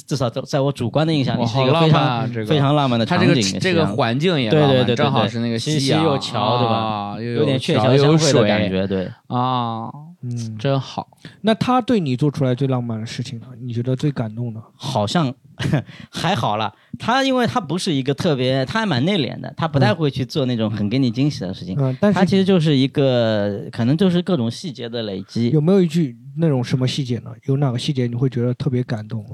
至少在在我主观的印象里
哇
是一
好
个非
浪漫
常
啊，这个
非常浪漫的
他
场
这
景
个
也是
这
一
个
样的。
环境也
对
浪漫
对对对
正好是那个
西
阳，
西又桥对吧
吧？又
有点鹊
桥
桥
又
相
有
会的感
水
觉，对，
啊，
嗯，
真好。
那他对你做出来最浪漫的事情呢？你觉得最感动的？
好像 还好啦。他因为他不是一个特别，他还蛮内敛的，他不太会去做那种很给你惊喜的事情。
嗯，但
他其
是
实就是一个，可能就是各种细节的累积。
有没有一句那种什么细节呢？有哪个细节你会觉得特别感动？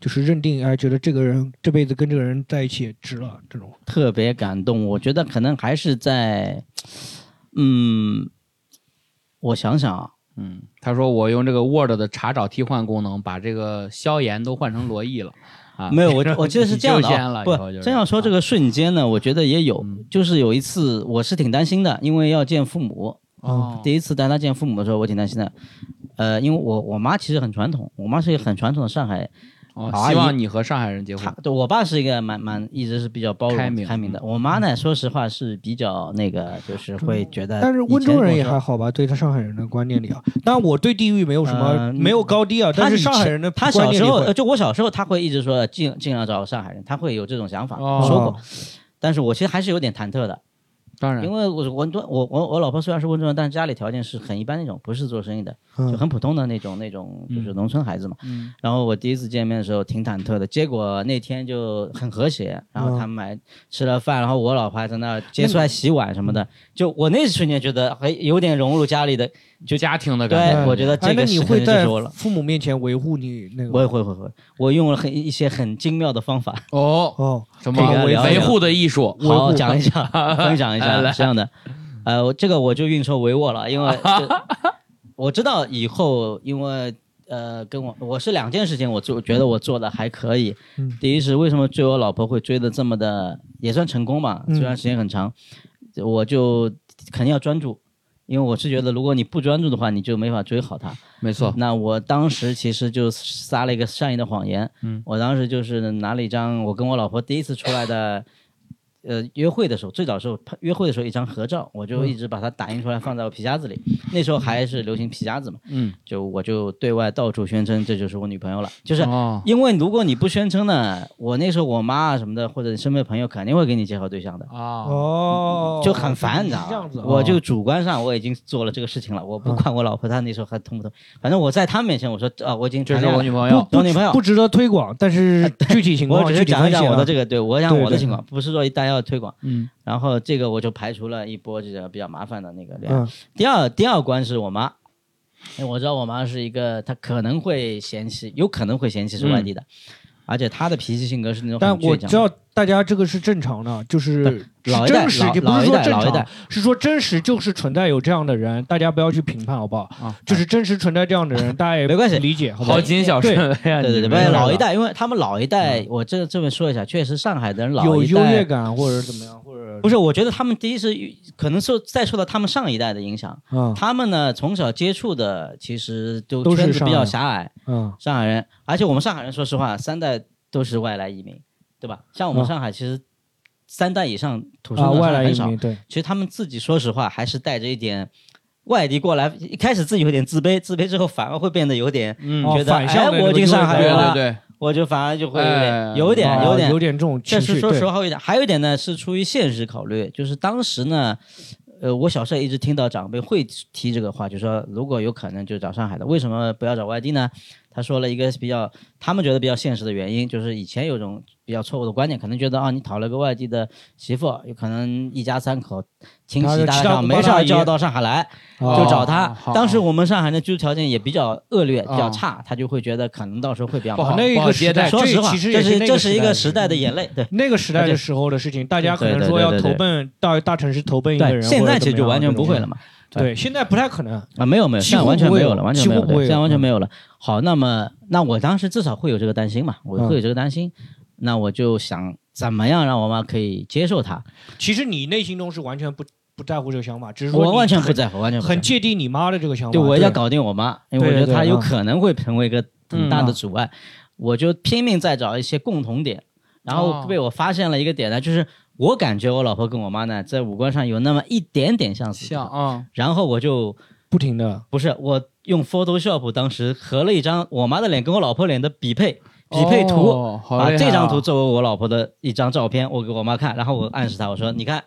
就是认定哎，觉得这个人这辈子跟这个人在一起也值了这种。
特别感动。我觉得可能还是在，嗯，我想想啊，
嗯，他说我用这个 Word 的查找替换功能，把这个萧炎都换成罗毅了啊。
没有， 我我记得是这样
你就
的、
先
啊，
了
不
以后就是，
真要说这个瞬间呢，我觉得也有
嗯，
就是有一次我是挺担心的，因为要见父母，
哦，
第一次带他见父母的时候，我挺担心的。呃，因为我我妈其实很传统，我妈是一个很传统的上海，
哦
阿姨
希望你和上海人结
她
婚。
对我爸是一个蛮蛮一直是比较包容
开明嗯
的。我妈呢，说实话是比较那个，就是会觉呃得以
但
前跟我说，
是温州人也还好吧，对他上海人的观念里啊，当然我对地域没有什么、
呃
没有高低啊，
他
但是
以
上海
前
人的
他
观
小
念
时
里
候，
会
呃就我小时候，他会一直说尽尽量找上海人，他会有这种想法，
哦
呃说过。但是我其实还是有点忐忑的，
当然
因，为我是温州，我我我老婆虽然是温州人，但是家里条件是很一般那种，不是做生意的，就
嗯
很普通的那种那种，就是农村孩子嘛。
嗯，
然后我第一次见面的时候挺忐忑的，结果那天就很和谐，然
嗯
后他们买吃了饭，然后我老婆还在那儿接出来洗碗什么
嗯
的，就我那一瞬间觉得还有点融入家里的，
就家庭的感觉。
对，我觉得嗯这
哎，那
个
你
是
会
肯定
在
是我了。
父母面前维护你那个？
我也会会会，我用了很一些很精妙的方法，
哦，
哦，
什
这
么
个了解
维护的艺术？
维护
好讲一下，分享一
来
下，
来
是这样的，呃，我这个我就运筹帷幄了，因为 这我知道以后因为。呃，跟我我是两件事情，我做觉得我做的还可以。
嗯
第一是为什么追我老婆会追的这么的，也算成功吧，
嗯
虽然时间很长，我就肯定要专注，因为我是觉得如果你不专注的话，你就没法追好她。
没错，
那我当时其实就撒了一个善意的谎言，嗯，我当时就是拿了一张我跟我老婆第一次出来的呃约会的时候，最早的时候拍约会的时候一张合照，我就一直把它打印出来放在我皮夹子里。那时候还是流行皮夹子嘛，
嗯，
就我就对外到处宣称这就是我女朋友了。就是
哦，
因为如果你不宣称呢，我那时候我妈啊什么的，或者身边朋友肯定会给你介绍对象的。
啊，
哦，
就很烦，你知
是
道
这样子嗯
吗
啊，？
我就主观上我已经做了这个事情了，我不管我老婆她那时候还痛不痛，反正我在她面前我说啊，我已经
这
谈
是
恋爱
我
了
女朋友，
有女朋友啊
不值得推广，但是具体情况
我只
具
是
体
讲一
分析啊
讲我的这个，对我讲
对
我的
对
情况，不是说一旦要推广，
嗯
然后这个我就排除了一波这个比较麻烦的那个恋爱。
嗯
第二第二关是我妈，因为我知道我妈是一个她可能会嫌弃，有可能会嫌弃是外地的，而且她的脾气性格是那种很
嗯但我
倔强
知
的。
道大家这个是正常的，就是
对老一
是
代
真实
老，
也不是
老一
说
代
正
老一
常
代，
是说真实就是存在有这样的人，大家不要去评判好不好？
啊，
就是真实存在这样的人，大家也
没关系
理解好不好
好？谨小慎微啊，
对对对，
你
不
们这
是老
个
一代，因为他们老一代，我这这边说一下，确实上海的人老
嗯有
一
优
代
越感或者怎么样，或者
不是，我觉得他们第一是遇可能受再受到他们上一代的影响，
嗯
他们呢从小接触的其实就
都是
圈子
上
比较
海
狭隘，
嗯
上海人，而且我们上海人说实话，三代都是外来移民，对吧？像我们
嗯
上海其实三代以上土生
啊，
土长
外来
很
移
少，
民对，
其实他们自己说实话还是带着一点。外地过来，一开始自己有点自卑，自卑之后反而会变得有点，
嗯
哦
觉得
反向的
哎
那个
我已
优
经
越
上海
感
人
对
了
对
我就反而就会有点，
哎
有点，
啊
有
有
点，
这种情
但是
绪，
说
对
实话，有一点，还有一点呢，是出于现实考虑，就是当时呢，呃，我小时候一直听到长辈会提这个话，就说如果有可能就找上海的，为什么不要找外地呢？他说了一个比较他们觉得比较现实的原因，就是以前有种比较错误的观念，可能觉得啊，你讨了个外地的媳妇，有可能一家三口亲
他
戚
是
大
七
小
大姑
没
八
事
大
儿
姨
就要到上海来，
啊
哦
就找他。
好
当时我们上海的居住条件也比较恶劣，
啊
比较
哦
差，他就会觉得可能到时候会比较
不
麻
好
烦。
那
不好
个
接
时
待
代，
说实
这
话，
其实
这
也
是这是一个时
时代的事嗯
代的眼泪，对。
那个时代的时候的事情，大家可能说要投奔到大城市投奔一个
对，
人，
现在其实就完全不会了
嘛。
嘛。
对，现在不太可能。
啊，没有没有，
几
现在
乎
完全
不会
没有
有
了，完全
几
没有
乎
了，
不会
对现在
有
完全
嗯
没有了。好，那么那我当时至少会有这个担心嘛，我
嗯
会有这个担心，那我就想怎么样让我妈可以接受她，
其实你内心中是完全不不在乎这个想法，只是说
我
你
完全不
很
在乎，完全不在
很
乎。
芥蒂你妈的这个想法。
对，我
对
要搞定我妈，因为我
对
觉得
对
她
对
有
嗯
可能会成为一个很大
嗯
的阻碍，我就拼命再找一些共同点。然后
哦
被我发现了一个点呢，就是我感觉我老婆跟我妈呢，在五官上有那么一点点相似。
像。啊，
然后我就
不停的
不是，我用 Photoshop 当时合了一张我妈的脸跟我老婆脸的比配比配图，
哦好
把
厉害
这张图
啊
作为我老婆的一张照片，我给我妈看，然后我暗示她，我说你看。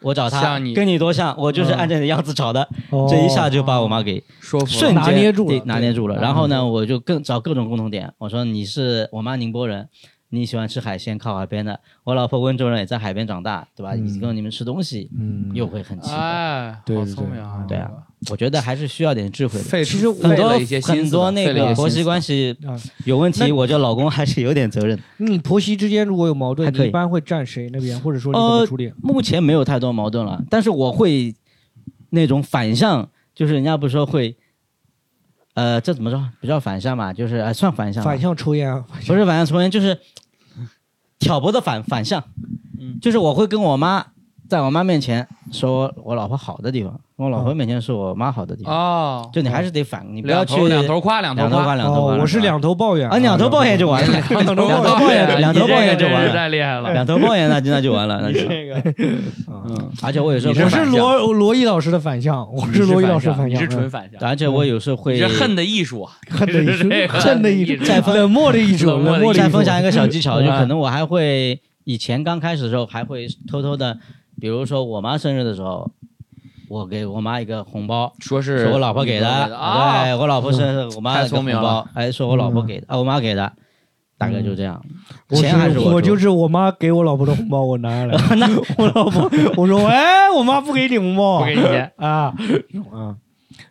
我找她
像你
跟你多像，我就是
嗯哦
按照你的样子找的，这一下就把我妈给
说服了
瞬间
拿捏住了
对拿捏住了。
对
然后
嗯
呢，我就更找各种共同点，我说你是我妈宁波人，你喜欢吃海鲜，靠海边的。我老婆温州人，也在海边长大，对吧？
嗯
你跟你们吃东西
嗯
又会很奇怪，
哎，
对
好
对
聪
对
明啊，
对啊我觉得还是需要点智慧
这个，
的。
费
其实
很
费
多
了一些心
很
思
多
的
那
费了一些
个婆媳
心思
关系
啊，
有问
那
题，我觉得老公还是有点责任。
你婆媳之间如果有矛
还
盾，
可以呃
你一般会站谁那边，或者说你怎么处理？
目前没有太多矛盾了，但是我会那种反向，就是人家不是说会，呃，这怎么说？不叫反向吧，就是、呃、算反向吧，
反向抽烟啊，
不是反向抽烟，就是挑拨的反反向。
嗯
就是我会跟我妈，在我妈面前说我老婆好的地方，我老婆面前说我妈好的地方，
哦，
就你还是得反，你不要
两
去
头两头夸，两头
两头
夸，
夸两头夸
哦，我是两头抱怨
啊，两头抱怨就完了。
两
头抱怨两头抱怨
你这
就
个真
完了
是太厉害了。
两头抱怨，那就那就完了，那
你
就完了
这 个，
嗯，
而且我有时候
我是
反向
罗罗毅老师的反向，我
你
罗毅老师的
反
反
你
向，
是纯反向，
而且我有时候
你
会
是恨的艺术啊，
恨的艺术
你是这个，
恨的艺术，
啊
冷漠的艺术，
冷漠的
冷漠
艺
的艺
术
再
术。
分享一个小技巧，
嗯
就可能我还会以前刚开始的时候还会偷偷的，比如说我妈生日的时候，我给我妈一个红包，
说
是
是
我老婆给的，
啊，
对我老婆生日，我妈
太聪明了
一个红包，哎，说我老婆给的，啊，我妈给的，大概就这样，
我
钱还是
是
我
我
出
就。是我妈给我老婆的红包，我拿下来。那 我老婆我说，哎，我妈不给你红包
不
啊
哎给你 钱，
啊啊！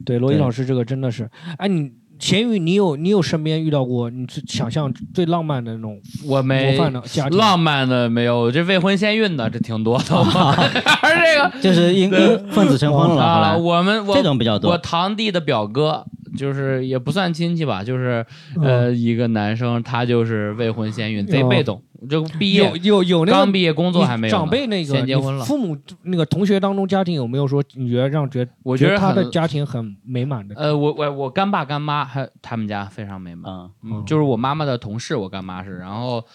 对，罗毅
对
老师这个真的是，哎，你咸鱼，你有你有身边遇到过你最想象最浪漫的那种
我
模
没
范的家庭？
浪漫的没有，这未婚先孕的这挺多 的，我 这个
就是因因分子成婚了嘛，
啊，
后来
我们我
这种比较
我
多。
堂弟的表哥就是也不算亲戚吧，就是
嗯
呃一个男生，他就是未婚先孕，贼
哦
被动，就毕
有
业
有有那
刚
个
毕业工作还没
你
有呢
长辈那个
先结
你
婚了
父母那个同学当中家庭有没有说你觉得让觉
我觉
觉
得
他的
很
家庭很美满的？
呃我我我干爸干妈还他们家非常美满，
嗯，
嗯
哦，
就是我妈妈的同事，我干妈是，然后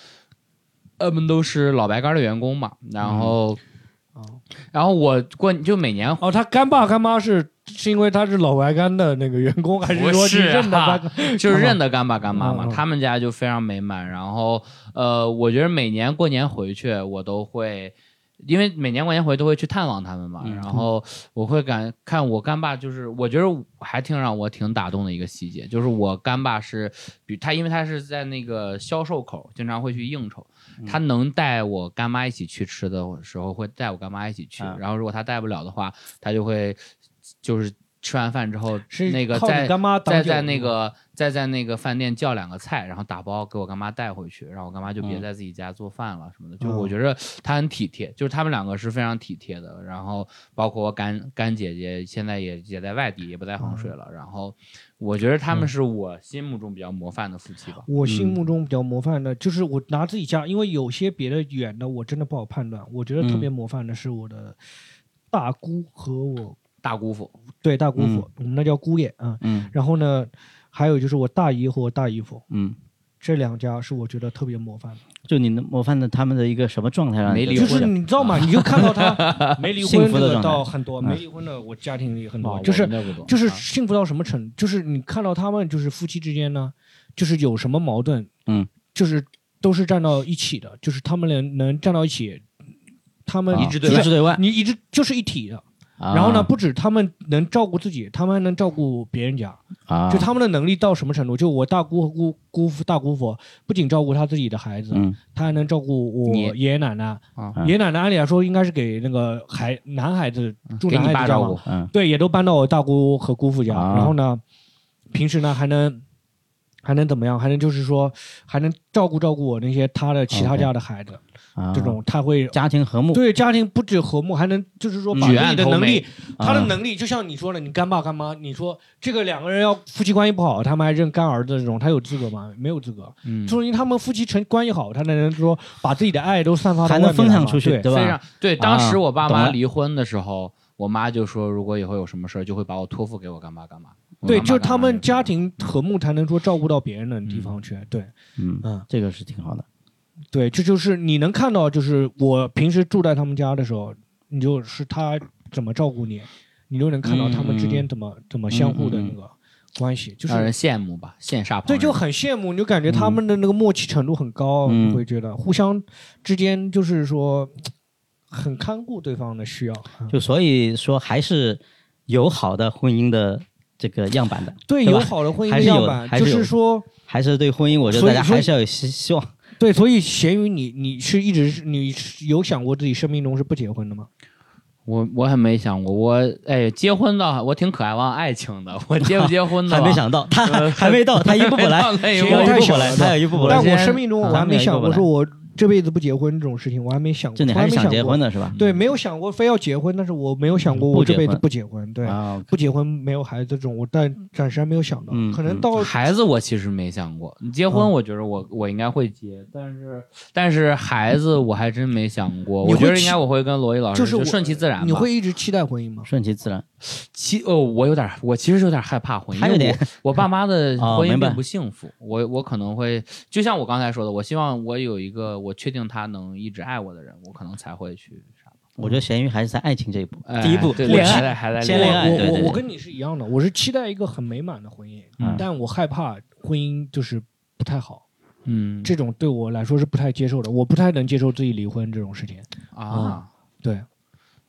呃，们都是老白干的员工嘛，然
嗯
后，呃然后我过就每年
哦，他干爸干妈是是因为他是老白干的那个员工，还
不
说你
是
认得
啊
他？
就是认得干爸干妈嘛，
嗯嗯嗯
他们家就非常美满。然后呃，我觉得每年过年回去，我都会，因为每年过年回都会去探望他们嘛。
嗯
然后我会感看我干爸，就是我觉得还挺让我挺打动的一个细节，就是我干爸是比他，因为他是在那个销售口，经常会去应酬。
嗯
他能带我干妈一起去吃的时候，会带我干妈一起去。
嗯
啊
然后如果他带不了的话，他就会就是吃完饭之后，
是
那个
靠
在
你干妈
再
挡酒
在那个再在那个饭店叫两个菜，然后打包给我干妈带回去，让我干妈就别
嗯
在自己家做饭了什么的。就
哦
我觉得他很体贴，就是他们两个是非常体贴的。然后包括干干姐姐现在也也在外地，也不在衡
嗯
水了。然后我觉得他们是我心目中比较模范的夫妻吧。
我心
嗯
目中比较模范的，就是我拿自己家，因为有些别的远的我真的不好判断。我觉得特
嗯
别模范的是我的大姑和我
大姑父，
对大
嗯
姑父，我们那叫姑爷啊、
嗯
然后呢，还有就是我大姨和我大姨夫，
嗯，
这两家是我觉得特别模范的。
就你能模范的他们的一个什么状态让你
没
觉
离
得
就
婚
是你知道吗？你就看到 他没离
幸
婚
福的
的
状态
倒很多，
嗯
没离婚的我家庭里很
哇
多，就是
我们那不懂
就是
啊
幸福到什么程度？就是你看到他们就是夫妻之间呢，就是有什么矛盾，
嗯，
就是都是站到一起的，就是他们能能站到一起，他们
啊
一致对外
一致对外。
你一直就是一体的。
啊
然后呢，不止他们能照顾自己，他们还能照顾别人家。
啊，
就他们的能力到什么程度？就我大姑和姑姑父大姑父，不仅照顾他自己的孩子，
嗯
他还能照顾我
你
爷爷奶奶。
啊
爷爷奶奶按理来说应该是给那个孩男孩子住
给
男
你
孩
爸
子家
照
嘛
顾，
嗯
对，也都搬到我大姑和姑父家。
啊
然后呢，平时呢还能还能怎么样？还能就是说还能照顾照顾我那些他的其他家的孩子。
啊，
这种他会
家庭和睦，
嗯对家庭不止和睦，还能就是说把
举
自
案
己的
头
能力
眉，
他
啊
的能力就像你说的，你干爸干妈，你说这个两个人要夫妻关系不好，他们还认干儿子这种，他有资格吗？没有资格。
嗯，
说明他们夫妻成关系好，他才能说把自己的爱都散发到
还
外
能
面
分
来
享
嘛
出去，
对
对
非
吧
常？对，当
啊
时我爸
懂
妈
了
离婚的时候，我妈就说，如果以后有什么事儿，就会把我托付给我干妈干妈。我
对，
干妈
就是
干
他
妈
们
这样
家庭和睦，才能说照顾到别人的地方去。对，
嗯，
嗯，
这个是挺好的。
对，这就是你能看到，就是我平时住在他们家的时候，你就是他怎么照顾你，你就能看到他们之
嗯
间怎么、怎么相互的那个关系，就是
让人羡慕吧，羡煞旁人。
对，就很羡慕，你就感觉他们的那个默契程度很高，
嗯
你会觉得互相之间就是说很看顾对方的需要。嗯
就所以说，还是有好的婚姻的这个样板的，
对，
对
有
吧
好的婚姻
还
的
是有
样
的
板，
还
就是
有
是
的
说，
还是对婚姻，我觉得
所
大
以
家
所以
还是要有希希望。
对，所以咸鱼你，你是一直是你是有想过自己生命中是不结婚的吗？
我我很没想过，我哎，结婚的我挺渴望爱情的，我结不结婚的
还
啊
吧
没想到，他
呃
还没到，他一步不 来，
还没到那一
有
步
一步不
太小
来，
了
他有一步不
我
来
但。
先
我生命中我
啊
还没想
我
过
来
说我这辈子不结婚这种事情，我还没想过，
这你
从
还
来
是
没
想
想
结
过
婚。的是吧？
对，没有想过非要结婚，但是我没有想过
不
我这
结
辈子
婚
不结婚。对，
啊，
不结婚没有孩子这种，我但暂时还没有想到，
嗯
可能
嗯
到
孩子我其实没想过，你结婚
嗯
我觉得我、我应该会结，但是但是孩子我还真没想过，
你
我
会
觉得
期
应该我会跟罗毅老师
就是我
顺其自然吧。
你会一直期待婚姻吗？
顺其自然。
其哦，我有点，我其实有点害怕婚姻，
他
因为
有点
我我爸妈的
哦
婚姻
明白
并不幸福，我我可能会就像我刚才说的，我希望我有一个我确定他能一直爱我的人，我可能才会去啥吧。
我觉得咸鱼还是在爱情这一步，
哎
第一步
对
恋
对
爱
还在还在
先恋爱
我我
对对
我
对
我跟你是一样的，我是期待一个很美满的婚姻，
嗯
但我害怕婚姻就是不太好，
嗯
这种对我来说是不太接受的，我不太能接受自己离婚这种事情。
啊，
对，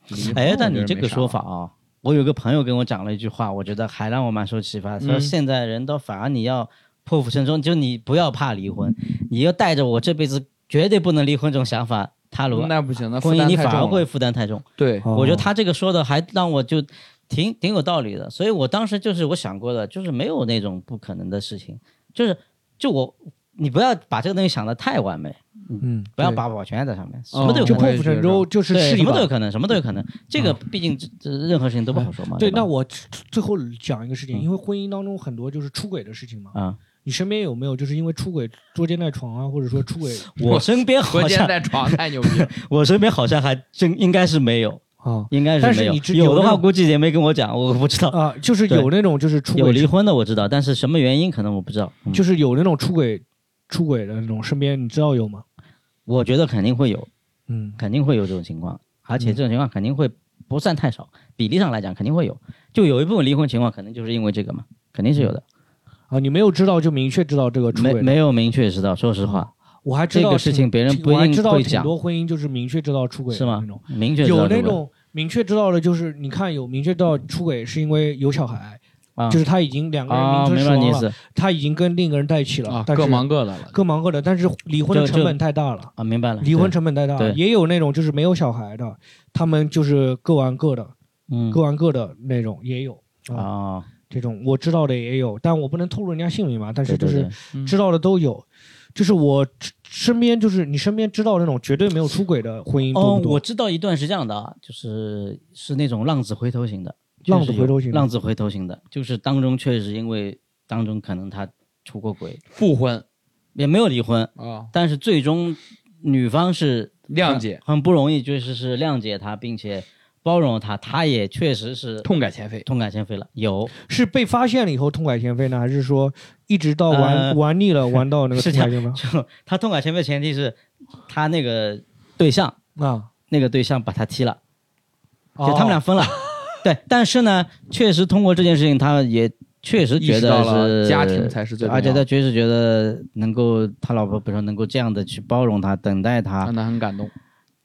离婚
哎
我，
但
觉得
你这
没
个
啥
说法啊，我有个朋友跟我讲了一句话，我觉得还让我蛮受启发的。说
嗯
现在人都反而你要破釜沉舟，就你不要怕离婚，你要带着我这辈子绝对不能离婚这种想法踏入
那不行，那负
婚姻，
担
你
太
反而
重
会
了
负担太重。
对
哦
我觉得他这个说的还让我就挺挺有道理的，所以我当时就是我想过的，就是没有那种不可能的事情，就是就我你不要把这个东西想的太完美，
嗯，
不要
对
把保全在上面，什么都有
就
可
我
破
也
釜
能，
觉
沉
得
舟，就是
对，
试
什
一
么都有
把。嗯
可能，什么都有可能，这个毕竟这这任何事情都不好说嘛。
对，
啊吧
那我最最后讲一个事情，
嗯
因为婚姻当中很多就是出轨的事情嘛，
啊，
你身边有没有就是因为出轨捉奸在床啊，或者说出 轨
我身边
捉
好
奸
像
在床太牛逼了，
我身边好像还真应该是没有，
啊
应该
但是
没有
你，知
有
有
的
那
话
种
估计也没跟我讲，我不知道。
啊，就是
对
有那种就是出
有
轨
离婚的我知道，但是什么原因可能我不知道。嗯
就是有那种出轨出轨的那种，身边你知道有吗？
我觉得肯定会有，
嗯
肯定会有这种情况，而且这种情况肯定会不算太少，比例上来讲肯定会有，就有一部分离婚情况可能就是因为这个嘛，肯定是有的，
啊，你没有知道就明确知道这个嗯出
没
轨，
没有明确知道，说实话，
我还知道
这个事情
挺
别人
挺
不一
我还
定
知道
会
挺
讲
多婚姻就是明确知道出轨
是
的
吗
那种，？
明确知道
有那
这个
种明确知道的，就是你看有明确知道出轨是因为有小孩，
啊
就是他已经两个人
啊，
名存
明
实
白
亡
你意
了，
思
他已经跟另一个人在一起了，
啊，
但是
各忙各的了。
各忙各的，但是离婚的
这
成本太大了，
啊，明白了，
离婚
对
成本太大了。
对
也有那种就是没有小孩的，他们就是各玩各的，
嗯
各玩各的那种也有啊，
啊，
这种我知道的也有，但我不能透露人家姓名嘛，但是就
对对
是
对，
嗯
知道的都有。就是我知身边，就是你身边知道那种绝对没有出轨的婚姻多
哦
不，多？
我知道一段是这样的啊，就是是那种浪子回头型的，
浪子
确实有
回头型的
浪子回头型的，就是当中确实因为当中可能他出过轨，
复婚
也没有离婚，
啊，
但是最终女方是
谅解，
很不容易，就是是谅解他，并且包容他，他也确实是
痛改前非。
痛改前非了，有
是被发现了以后痛改前非呢，还是说一直到玩、
呃
玩腻了，玩到那个
是
痛
这
改
样
前
就他痛改前非前提是他那个对象
非啊？
那个对象把他踢了。就他
哦
们俩 分了。对，但是呢，确实通过这件事情，他也确实觉
意识到
得
了
是
家庭才是最重要
而
的
且他确实觉得能够他老婆，比如说能够这样的去包容他、等待他，
嗯
让他很感动。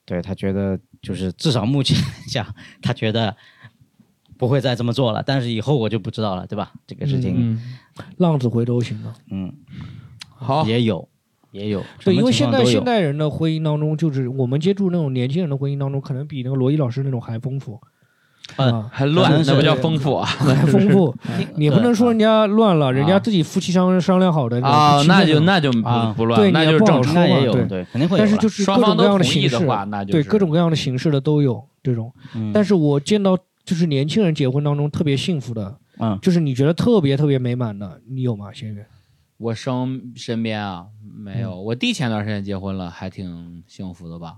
对他觉得就是至少目前讲，他觉得不会再这么做了。但是以后我就不知道了，对吧？这个事情，
嗯，
浪子回头啊型的。
嗯，
好，
也有，也有，
哦对，因为
什
现
么情况
在
都有
现代人的婚姻当中，就是我们接触那种年轻人的婚姻当中，可能比那个罗伊老师那种还丰富，啊
呃，
很乱，那不叫丰富啊
还丰 富。嗯你不能说人
对
家乱了，人
啊
家自己夫妻商商量好的
啊，
种
那
夫妻
就
种
那就
啊
不不
对
乱，那
你也
就
不
是
好
正常
说
那
嘛
也有，
对
对，肯定会有
但
啦。
是就是各
双
种
方
各样
都
的
同意
形式
的，话，那就
对
是
各种各样的形式的都有这种
嗯，
但是我见到就是年轻人结婚当中特别幸福的，
嗯，
就是你觉得特别特别美满的，你有吗？仙月
我生身边啊没有，我弟前段时间结婚了，还挺幸福的吧。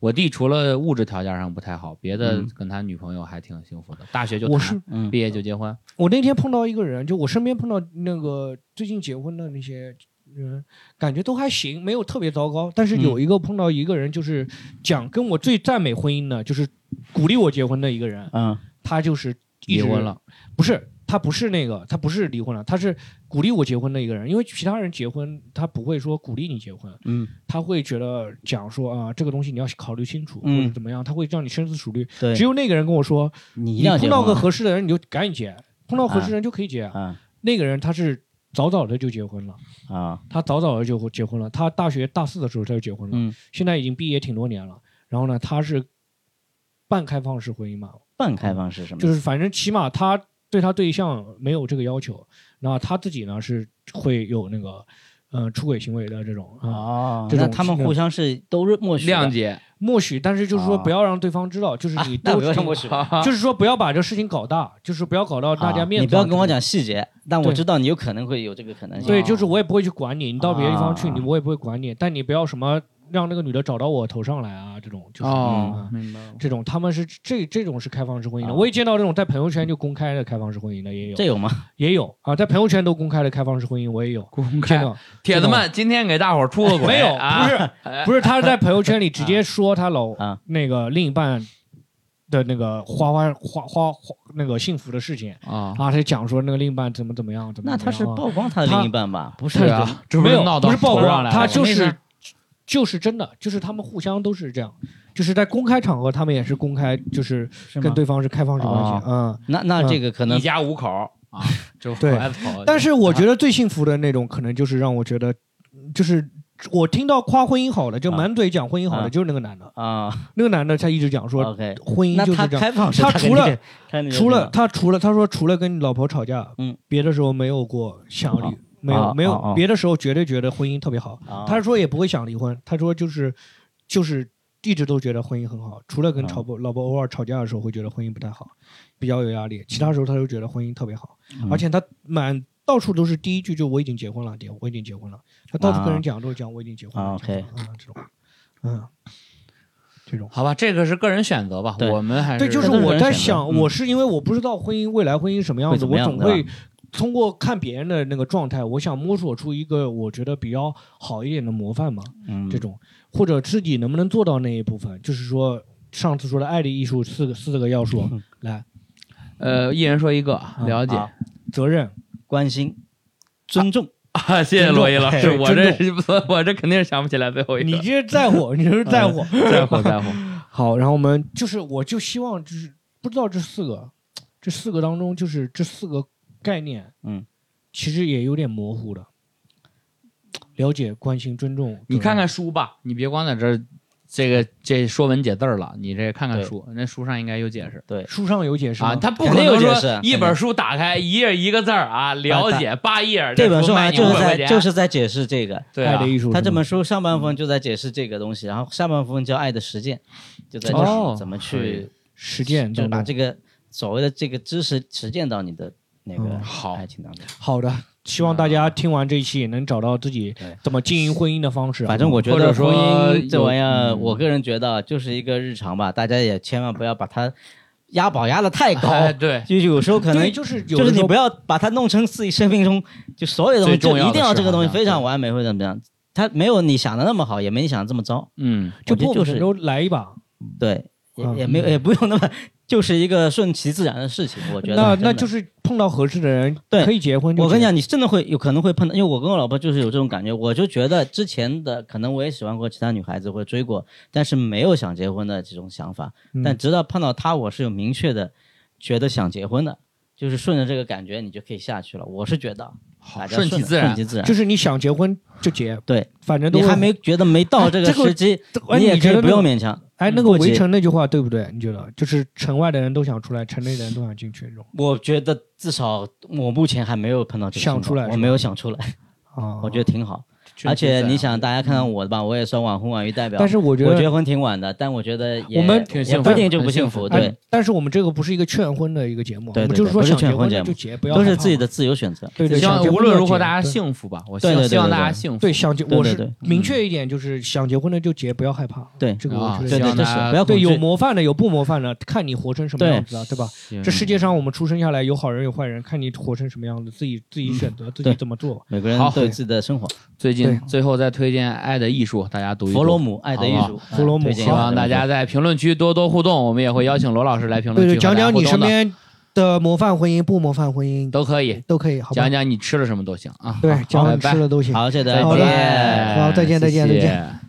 我弟除了物质条件上不太好，别的
嗯
跟他女朋友还挺幸福的，大学就
我
谈
是
嗯
毕业就结婚，
我那天碰到一个人，就我身边碰到那个最近结婚的那些人，感觉都还行，没有特别糟糕。但是
嗯
有一个碰到一个人，就是讲跟我最赞美婚姻的，就是鼓励我结婚的一个人，
嗯
他就是一
离
直
婚，了，
不是。他不是那个，他不是离婚了，他是鼓励我结婚的一个人。因为其他人结婚，他不会说鼓励你结婚，
嗯，
他会觉得讲说啊，这个东西你要考虑清楚，
嗯
或者怎么样，他会让你深思熟虑。
对
只，有那个人跟我说，
你一
你
定要
碰
结
到
婚
个
啊
合适的人你就赶紧结，碰到合适的人就可以结啊
啊
那个人他是早早的就结婚了，
啊，
他早早的就结婚了，他大学大四的时候他就结婚了，
嗯，
现在已经毕业挺多年了。然后呢，他是半开放式婚姻嘛，
半开放式什么？
嗯就是反正起码他对他对象没有这个要求，那他自己呢是会有那个嗯、呃出轨行为的这种啊、
哦，
这
那
种
他们
是
互相是都是默许的
谅解，
默许，但是就是说
啊
不要让对方知道，就是你
那
都
我要
是、
默许。
就是说不要把这事情搞大，就是不要搞到大家
啊
面子、
你不要跟我。讲细节，但我
对
知道你有可能会有这个可能性。嗯
对，就是我也不会去管你，你到别的地方去，
啊
你我也不会管你，但你不要什么让那个女的找到我头上来啊，这种就是、
哦
嗯，
明白了。
这种他们是这这种是开放式婚姻的，
啊
我也见到这种在朋友圈就公开的开放式婚姻的也有
这，有吗？
也有啊，在朋友圈都公开的开放式婚姻我也有。
公
见
开
到
铁子们，今天给大伙儿出个轨，
没有，
啊
不是 不是，他是在朋友圈里直接说他老
啊
那个另一半的那个花花花花花那个幸福的事情
啊，
啊，他就讲说那个另一半怎么怎么样，怎么
那
怎么
他是
样啊
曝光他的
他
另一半吧？不是
对，啊，这
没有
闹到
不是曝
头上
光，
来
他
了
就
什么意
是
思
就是真的，就是他们互相都是这样，就是在公开场合，他们也是公开，就是
是吗
跟对方是开放式关系，嗯。
那那
嗯
这个可能
一家五口啊，这
对
回来跑
嗯但是我觉得最幸福的那种，可能就是让我觉得，就是我听到夸婚姻好的，就
啊
满嘴讲婚姻好的，
啊
就是那个男的，
啊
那个男的他一直讲说
，OK，
婚姻
那
就是
他
这样。
开放式，
他
肯
除
定
了
是他那个
除
什
了
么
他除了他说除了跟老婆吵架，
嗯，
别的时候没有过想要离，没有
啊
没有
啊啊
别的时候绝对觉得婚姻特别好，
啊
他说也不会想离婚，他说就是就是一直都觉得婚姻很好，除了跟
啊
吵婆老婆偶尔吵架的时候会觉得婚姻不太好，比较有压力，其他时候他就觉得婚姻特别好，
嗯
而且他满到处都是第一句就我已经结婚了，结我已经结婚了，他到处跟人讲都是讲我已经结婚了
啊
这种啊这种，嗯，这种。
好吧，这个是个人选择吧，
对
我们还是
对，就是
那都是
我
人
在
选择
想，
嗯
我是因为我不知总会未来婚姻什么样
会
子，
怎么
我
样
总
对吧
会通过看别人的那个状态，我想摸索出一个我觉得比较好一点的模范嘛。
嗯，
这种，或者自己能不能做到那一部分，就是说上次说的爱的艺术四个四个要素，
嗯
来，
呃，一人说一个，
啊
了解。
好
责任、
关心、尊重，
啊，谢谢罗毅老师，
尊重
我这
嘿
是 我这肯定是想不起来最后一
你
个，
这是在乎，你这是
嗯
在乎。
在乎在乎。
好，然后我们就是，我就希望就是不知道这四个，这四个当中就是这四个概念，
嗯，
其实也有点模糊的。了解、关心、尊重，
你看
责任
看书吧，你别光在这儿这个这说文解字儿了，你这看看
对
书，那书上应该有解释。
书上有解释
啊，
吗
他不
肯
可
定
能
有解
说
释
一本书打开一页一个字儿啊，了解八页，
这本书
啊
啊就是在就是在解释这个。
对
爱
啊
的，艺术是吗，
他这本书上半部分就在解释这个东西，然后下半部分叫爱的实践，就在
哦
讲怎么
可
去
以，
实践
就是
当中。
把这个所谓的这个知识实践到你的那个
嗯
好
爱情当中。
好的，希望大家听完这一期也能找到自己
嗯对
怎么经营婚姻的方式啊。
反正我觉
或者
得
说
婚姻这
有
玩意儿，
嗯
我个人觉得就是一个日常吧，大家也千万不要把它押宝压的太高，
哎对，
就有时候可
对
能
就是有
就
的
是
时
你
候
不要把它弄成自己生命中就所有的东西，
最重
就
要的
一定要
事
这个东西
好像
非常完美或者怎么样，它没有你想的那么好，也没你想的这么糟，
嗯，
就
我觉
不
得就
能
是
够来一把。
对，也
嗯
也没有也不用那么，就是一个顺其自然的事情，我觉得
那
真的
那就是碰到合适的人，
对
可以结婚就结。
我跟你讲，你真的会有可能会碰到，因为我跟我老婆就是有这种感觉，我就觉得之前的可能我也喜欢过其他女孩子或者追过，但是没有想结婚的这种想法，
嗯，
但直到碰到她，我是有明确的觉得想结婚的，就是顺着这个感觉你就可以下去了。我是觉得
好
大家
顺
着
其自然
顺其自然。
就是你想结婚就结，
对，
反正都
你
会
还没觉得没到这
哎
个
这个
时机，
哎
你也可
觉
以
得
不
那
用
个
勉强。
哎，
嗯
那个
不急
围城那句话对不对？你觉得就是城外的人都想出来，城内的人都想进去这种
我觉得至少我目前还没有碰到这个
想
情况
出来是
我没有想出来，
啊。
我觉得挺好。
顺
而
其自
且
然
你想，大家看到我的吧，我也算网红网娱代表，
但是我觉
我
得
结婚挺晚的，但我觉得也
我们
挺幸
也
福
不一定就
很
不
幸
幸
福
福，
的
对，，
哎但是我们这个不是一个劝婚的一个节目，
对
我
对
们就是
对
说
不是
想
劝
结
婚节
的
目
就结，不要
都
害
是
怕
自己
嘛
的自由选择。
对对，
希
想
望
结
无
婚
论
就
如何
结
大家
对
幸福吧，我希
对对对
希望
对
大家
对
幸福
对，想结，
对
我
对
是
对
明确一点，就是想结婚的就结，不要害怕。
对
这个我
啊，
觉得
希
对对，
望
就
大
是
家
不要
对
恐
有
惧。
模范的，有不模范的，看你活成什么
对
样子了，啊对吧？
嗯
这世界上我们出生下来有好人有坏人，看你活成什么样子，自
嗯
己自己选择自己
对
怎么做。
每个人
好
都有自己的生活。
最近
对
最后再推荐《爱的艺术》，大家读一读。
佛罗姆《爱的艺
好
术》，嗯
佛罗姆
推荐
希
好
望大家在评论区多多互动，我们也会邀请罗老师来评论
对对，
区
讲
和大家
讲你
互动
身
的
边的模范婚姻、不模范婚姻
都可以，
都可以，好吧
讲？讲你吃了什么都行啊。
对
好，
讲
拜
你
拜
吃的都行。
好，谢谢大
再
家，
好
再
的
见
见，
好再见再见
谢谢
再见